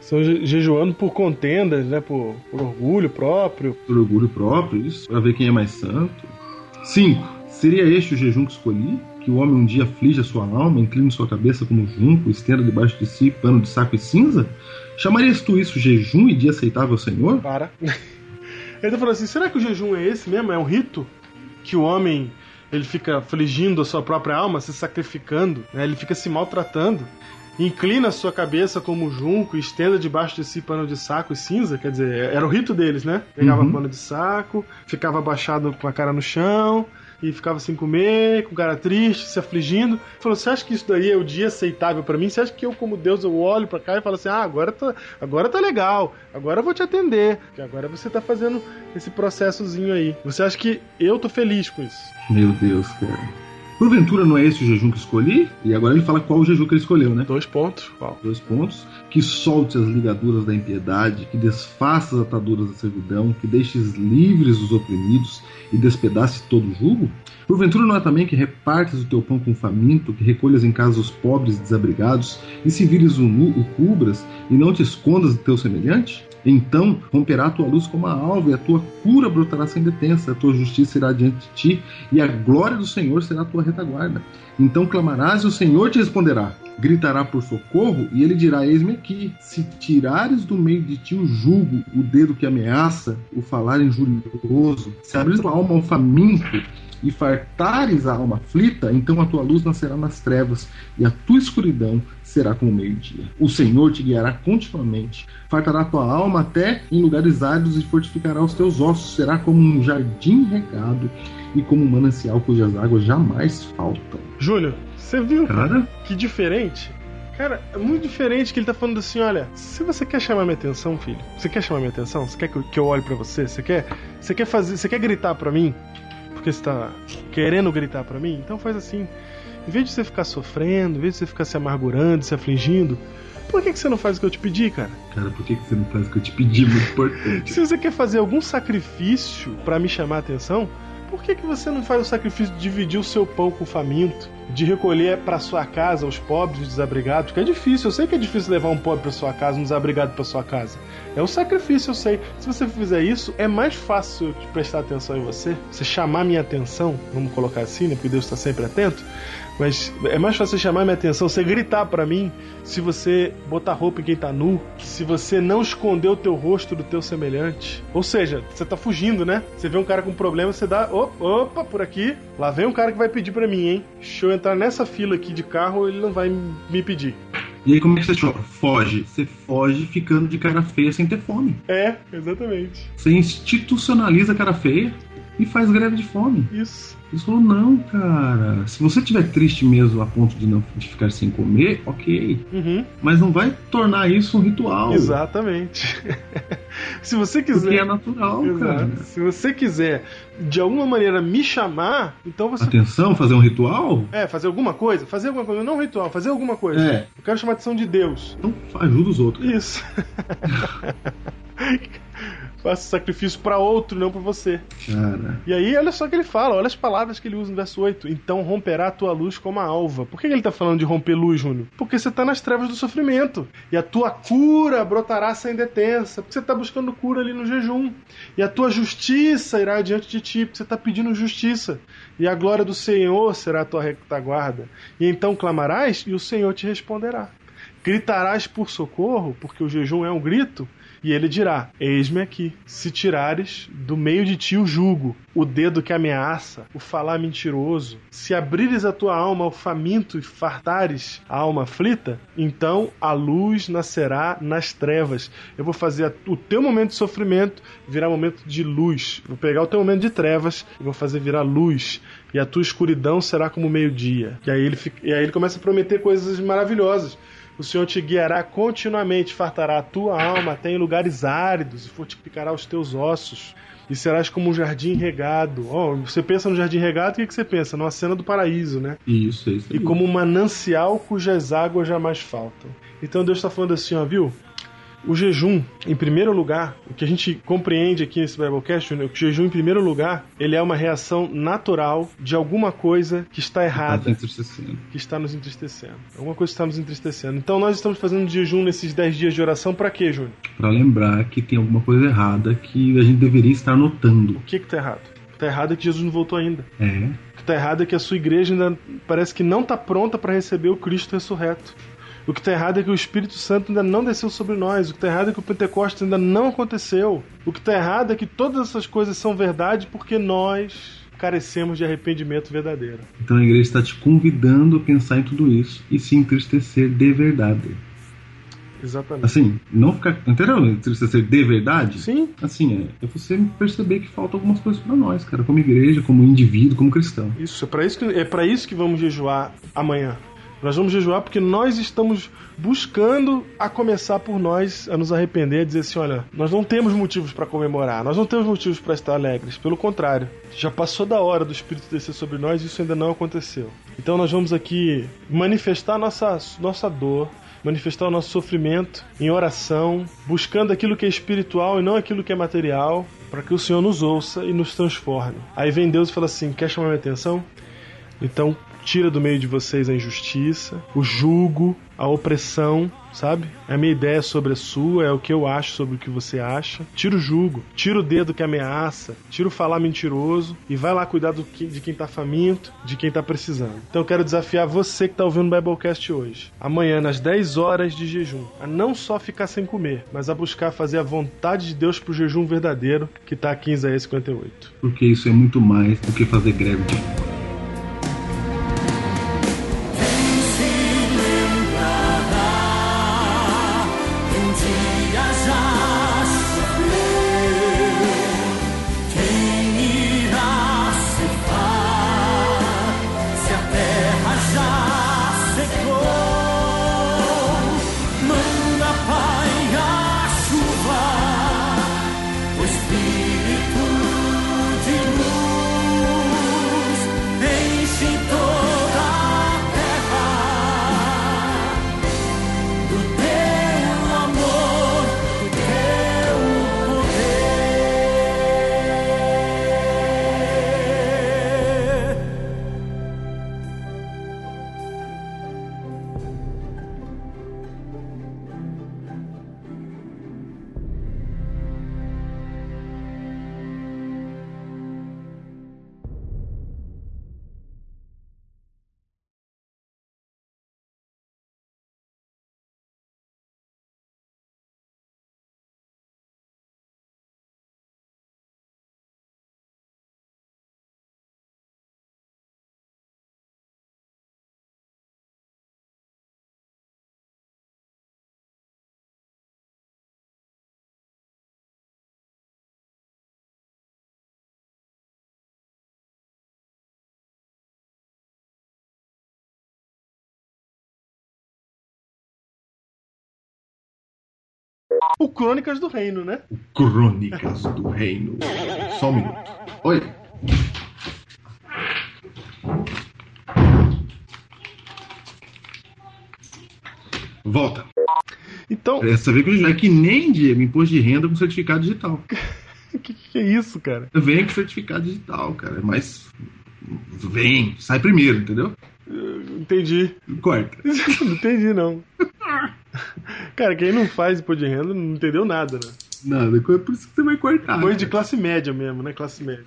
Speaker 3: Estão je- jejuando por contendas, né? Por, por orgulho próprio.
Speaker 2: por orgulho próprio, isso, para ver quem é mais santo. 5. Seria este o jejum que escolhi? Que o homem um dia aflige a sua alma, incline sua cabeça como um junco, estenda debaixo de si pano de saco e cinza? Chamarias tu isso jejum e dia aceitável ao Senhor?
Speaker 3: Para. Ele tá falando assim: será que o jejum é esse mesmo? É um rito? Que o homem ele fica afligindo a sua própria alma, se sacrificando, né? ele fica se maltratando. Inclina a sua cabeça como junco e estenda debaixo de si pano de saco e cinza. Quer dizer, era o rito deles, né? Pegava
Speaker 2: Uhum.
Speaker 3: pano de saco, ficava abaixado com a cara no chão e ficava sem comer, com cara triste, se afligindo. Falou: Você acha que isso daí é o dia aceitável pra mim? Você acha que eu, como Deus, eu olho pra cá e falo assim: Ah, agora tá, agora tá legal, agora eu vou te atender, porque agora você tá fazendo esse processozinho aí. Você acha que eu tô feliz com isso?
Speaker 2: Meu Deus, cara. Porventura não é esse o jejum que escolhi? E agora ele fala qual o jejum que ele escolheu, né?
Speaker 3: Dois pontos. Qual?
Speaker 2: Dois pontos. Que solte as ligaduras da impiedade, que desfaça as ataduras da servidão, que deixes livres os oprimidos e despedace todo o jugo? Porventura não é também que repartes o teu pão com o faminto, que recolhas em casa os pobres e desabrigados, e se vires o nu, o cubras, e não te escondas do teu semelhante? Então romperá a tua luz como a alva, e a tua cura brotará sem detença, a tua justiça irá diante de ti, e a glória do Senhor será a tua retaguarda. Então clamarás e o Senhor te responderá. Gritará por socorro e ele dirá: Eis-me aqui. Se tirares do meio de ti o jugo, o dedo que ameaça, o falar injurioso, se abrires tua alma ao faminto e fartares a alma aflita, então a tua luz nascerá nas trevas e a tua escuridão será como o meio-dia. O Senhor te guiará continuamente, fartará a tua alma até em lugares áridos e fortificará os teus ossos. Será como um jardim regado e como um manancial cujas águas jamais faltam.
Speaker 3: Júnior, você viu
Speaker 2: Cara,
Speaker 3: que diferente? Cara, é muito diferente que ele tá falando assim, olha, se você quer chamar minha atenção, filho, você quer chamar minha atenção? Você quer que eu, que eu olhe pra você? Você quer, você quer fazer, você quer gritar pra mim? Porque você tá querendo gritar pra mim? Então faz assim, em vez de você ficar sofrendo, em vez de você ficar se amargurando, se afligindo, por que, que você não faz o que eu te pedi, cara?
Speaker 2: Cara, por que, que você não faz o que eu te pedi? É Muito importante.
Speaker 3: Se você quer fazer algum sacrifício pra me chamar a atenção, por que, que você não faz o sacrifício de dividir o seu pão com o faminto? De recolher pra sua casa os pobres, os desabrigados? Que é difícil, eu sei que é difícil levar um pobre pra sua casa, um desabrigado pra sua casa. É um sacrifício, eu sei. Se você fizer isso, é mais fácil eu te prestar atenção em você. Você chamar minha atenção, vamos colocar assim, né? Porque Deus está sempre atento. Mas é mais fácil você chamar minha atenção, você gritar pra mim, se você botar roupa em quem tá nu, se você não esconder o teu rosto do teu semelhante. Ou seja, você tá fugindo, né? Você vê um cara com problema, você dá, opa, opa por aqui. Lá vem um cara que vai pedir pra mim, hein? Se eu entrar nessa fila aqui de carro, ele não vai me pedir.
Speaker 2: E aí, como é que você chora? Foge. Você foge ficando de cara feia sem ter fome.
Speaker 3: É, exatamente.
Speaker 2: Você institucionaliza a cara feia e faz greve de fome.
Speaker 3: Isso.
Speaker 2: Eles falaram, não, cara. Se você estiver triste mesmo a ponto de não de ficar sem comer, ok.
Speaker 3: Uhum.
Speaker 2: Mas não vai tornar isso um ritual.
Speaker 3: Exatamente. se você quiser.
Speaker 2: Porque é natural,
Speaker 3: Exato.
Speaker 2: cara.
Speaker 3: Se você quiser de alguma maneira me chamar, então você.
Speaker 2: Atenção, fazer um ritual?
Speaker 3: É, fazer alguma coisa? Fazer alguma coisa, não um ritual, fazer alguma coisa.
Speaker 2: É.
Speaker 3: Eu quero chamar a atenção de Deus.
Speaker 2: Então ajuda os outros.
Speaker 3: Isso. Faça sacrifício pra outro, não pra você.
Speaker 2: Cara,
Speaker 3: E aí, olha só o que ele fala, olha as palavras que ele usa no verso 8. Então romperá a tua luz como a alva. Por que que ele tá falando de romper luz, Júnior? Porque você tá nas trevas do sofrimento. E a tua cura brotará sem detença. Porque você tá buscando cura ali no jejum. E a tua justiça irá diante de ti. Porque você tá pedindo justiça. E a glória do Senhor será a tua retaguarda. E então clamarás e o Senhor te responderá. Gritarás por socorro, porque o jejum é um grito, e ele dirá: Eis-me aqui. Se tirares do meio de ti o jugo, o dedo que ameaça, o falar mentiroso, se abrires a tua alma ao faminto e fartares a alma aflita, então a luz nascerá nas trevas. Eu vou fazer a- o teu momento de sofrimento virar momento de luz. Vou pegar o teu momento de trevas e vou fazer virar luz. E a tua escuridão será como o meio-dia. E aí ele fica- e aí ele começa a prometer coisas maravilhosas. O Senhor te guiará continuamente, fartará a tua alma até em lugares áridos e fortificará os teus ossos. E serás como um jardim regado. Ó, você pensa no jardim regado, o que, que você pensa? Numa cena do paraíso, né?
Speaker 2: Isso, é isso.
Speaker 3: E
Speaker 2: aí.
Speaker 3: como um manancial cujas águas jamais faltam. Então Deus está falando assim, ó, viu? O jejum, em primeiro lugar, o que a gente compreende aqui nesse Biblecast, né, que o jejum, em primeiro lugar, ele é uma reação natural de alguma coisa que está errada
Speaker 2: Tá entristecendo.
Speaker 3: que está nos entristecendo. Alguma coisa está nos entristecendo. Então nós estamos fazendo jejum nesses 10 dias de oração para quê, Júnior?
Speaker 2: Pra lembrar que tem alguma coisa errada que a gente deveria estar notando.
Speaker 3: O que que tá errado? O que tá errado é que Jesus não voltou ainda.
Speaker 2: É,
Speaker 3: O que tá errado é que a sua igreja ainda parece que não tá pronta para receber o Cristo ressurreto. O que tá errado é que o Espírito Santo ainda não desceu sobre nós. O que tá errado é que o Pentecostes ainda não aconteceu. O que tá errado é que todas essas coisas são verdade porque nós carecemos de arrependimento verdadeiro.
Speaker 2: Então a igreja está te convidando a pensar em tudo isso e se entristecer de verdade.
Speaker 3: Exatamente.
Speaker 2: Assim, não ficar. Entendeu? Entristecer de verdade?
Speaker 3: Sim,
Speaker 2: Assim, é, é você perceber que falta algumas coisas pra nós, cara, como igreja, como indivíduo, como cristão.
Speaker 3: Isso, é para isso, que- é pra isso que vamos jejuar amanhã. Nós vamos jejuar porque nós estamos buscando a começar por nós, a nos arrepender, a dizer assim: olha, nós não temos motivos para comemorar, nós não temos motivos para estar alegres. Pelo contrário, já passou da hora do Espírito descer sobre nós e isso ainda não aconteceu. Então nós vamos aqui manifestar nossa, nossa dor, manifestar o nosso sofrimento em oração, buscando aquilo que é espiritual e não aquilo que é material, para que o Senhor nos ouça e nos transforme. Aí vem Deus e fala assim: quer chamar minha atenção? Então, tira do meio de vocês a injustiça, o jugo, a opressão, sabe? É a minha ideia sobre a sua, é o que eu acho sobre o que você acha. Tira o jugo, tira o dedo que ameaça, tira o falar mentiroso e vai lá cuidar do que- de quem tá faminto, de quem tá precisando. Então, eu quero desafiar você que tá ouvindo o Biblecast hoje. Amanhã, nas 10 horas de jejum, a não só ficar sem comer, mas a buscar fazer a vontade de Deus pro jejum verdadeiro que tá aqui em Isaías 58.
Speaker 2: Porque isso é muito mais do que fazer greve de
Speaker 6: Quem dias já sofreu, quem irá ceifar se a terra já secou? Manda, Pai, a chuva, o Espírito de luz enche toda a terra. Do teu amor, do teu poder.
Speaker 3: O Crônicas do Reino, né?
Speaker 2: Crônicas do Reino. Só um minuto. Oi. Volta.
Speaker 3: Então,
Speaker 2: É, Você vê que o é que nem Diego, imposto de renda com certificado digital.
Speaker 3: o que, que é isso, cara?
Speaker 2: Vem com certificado digital, cara. Mas vem, sai primeiro, entendeu?
Speaker 3: Entendi.
Speaker 2: Corta.
Speaker 3: Não entendi, não. Cara, quem não faz imposto de renda não entendeu nada, né?
Speaker 2: Nada, é por isso que você vai cortar.
Speaker 3: Coisa de classe média mesmo, né? Classe média.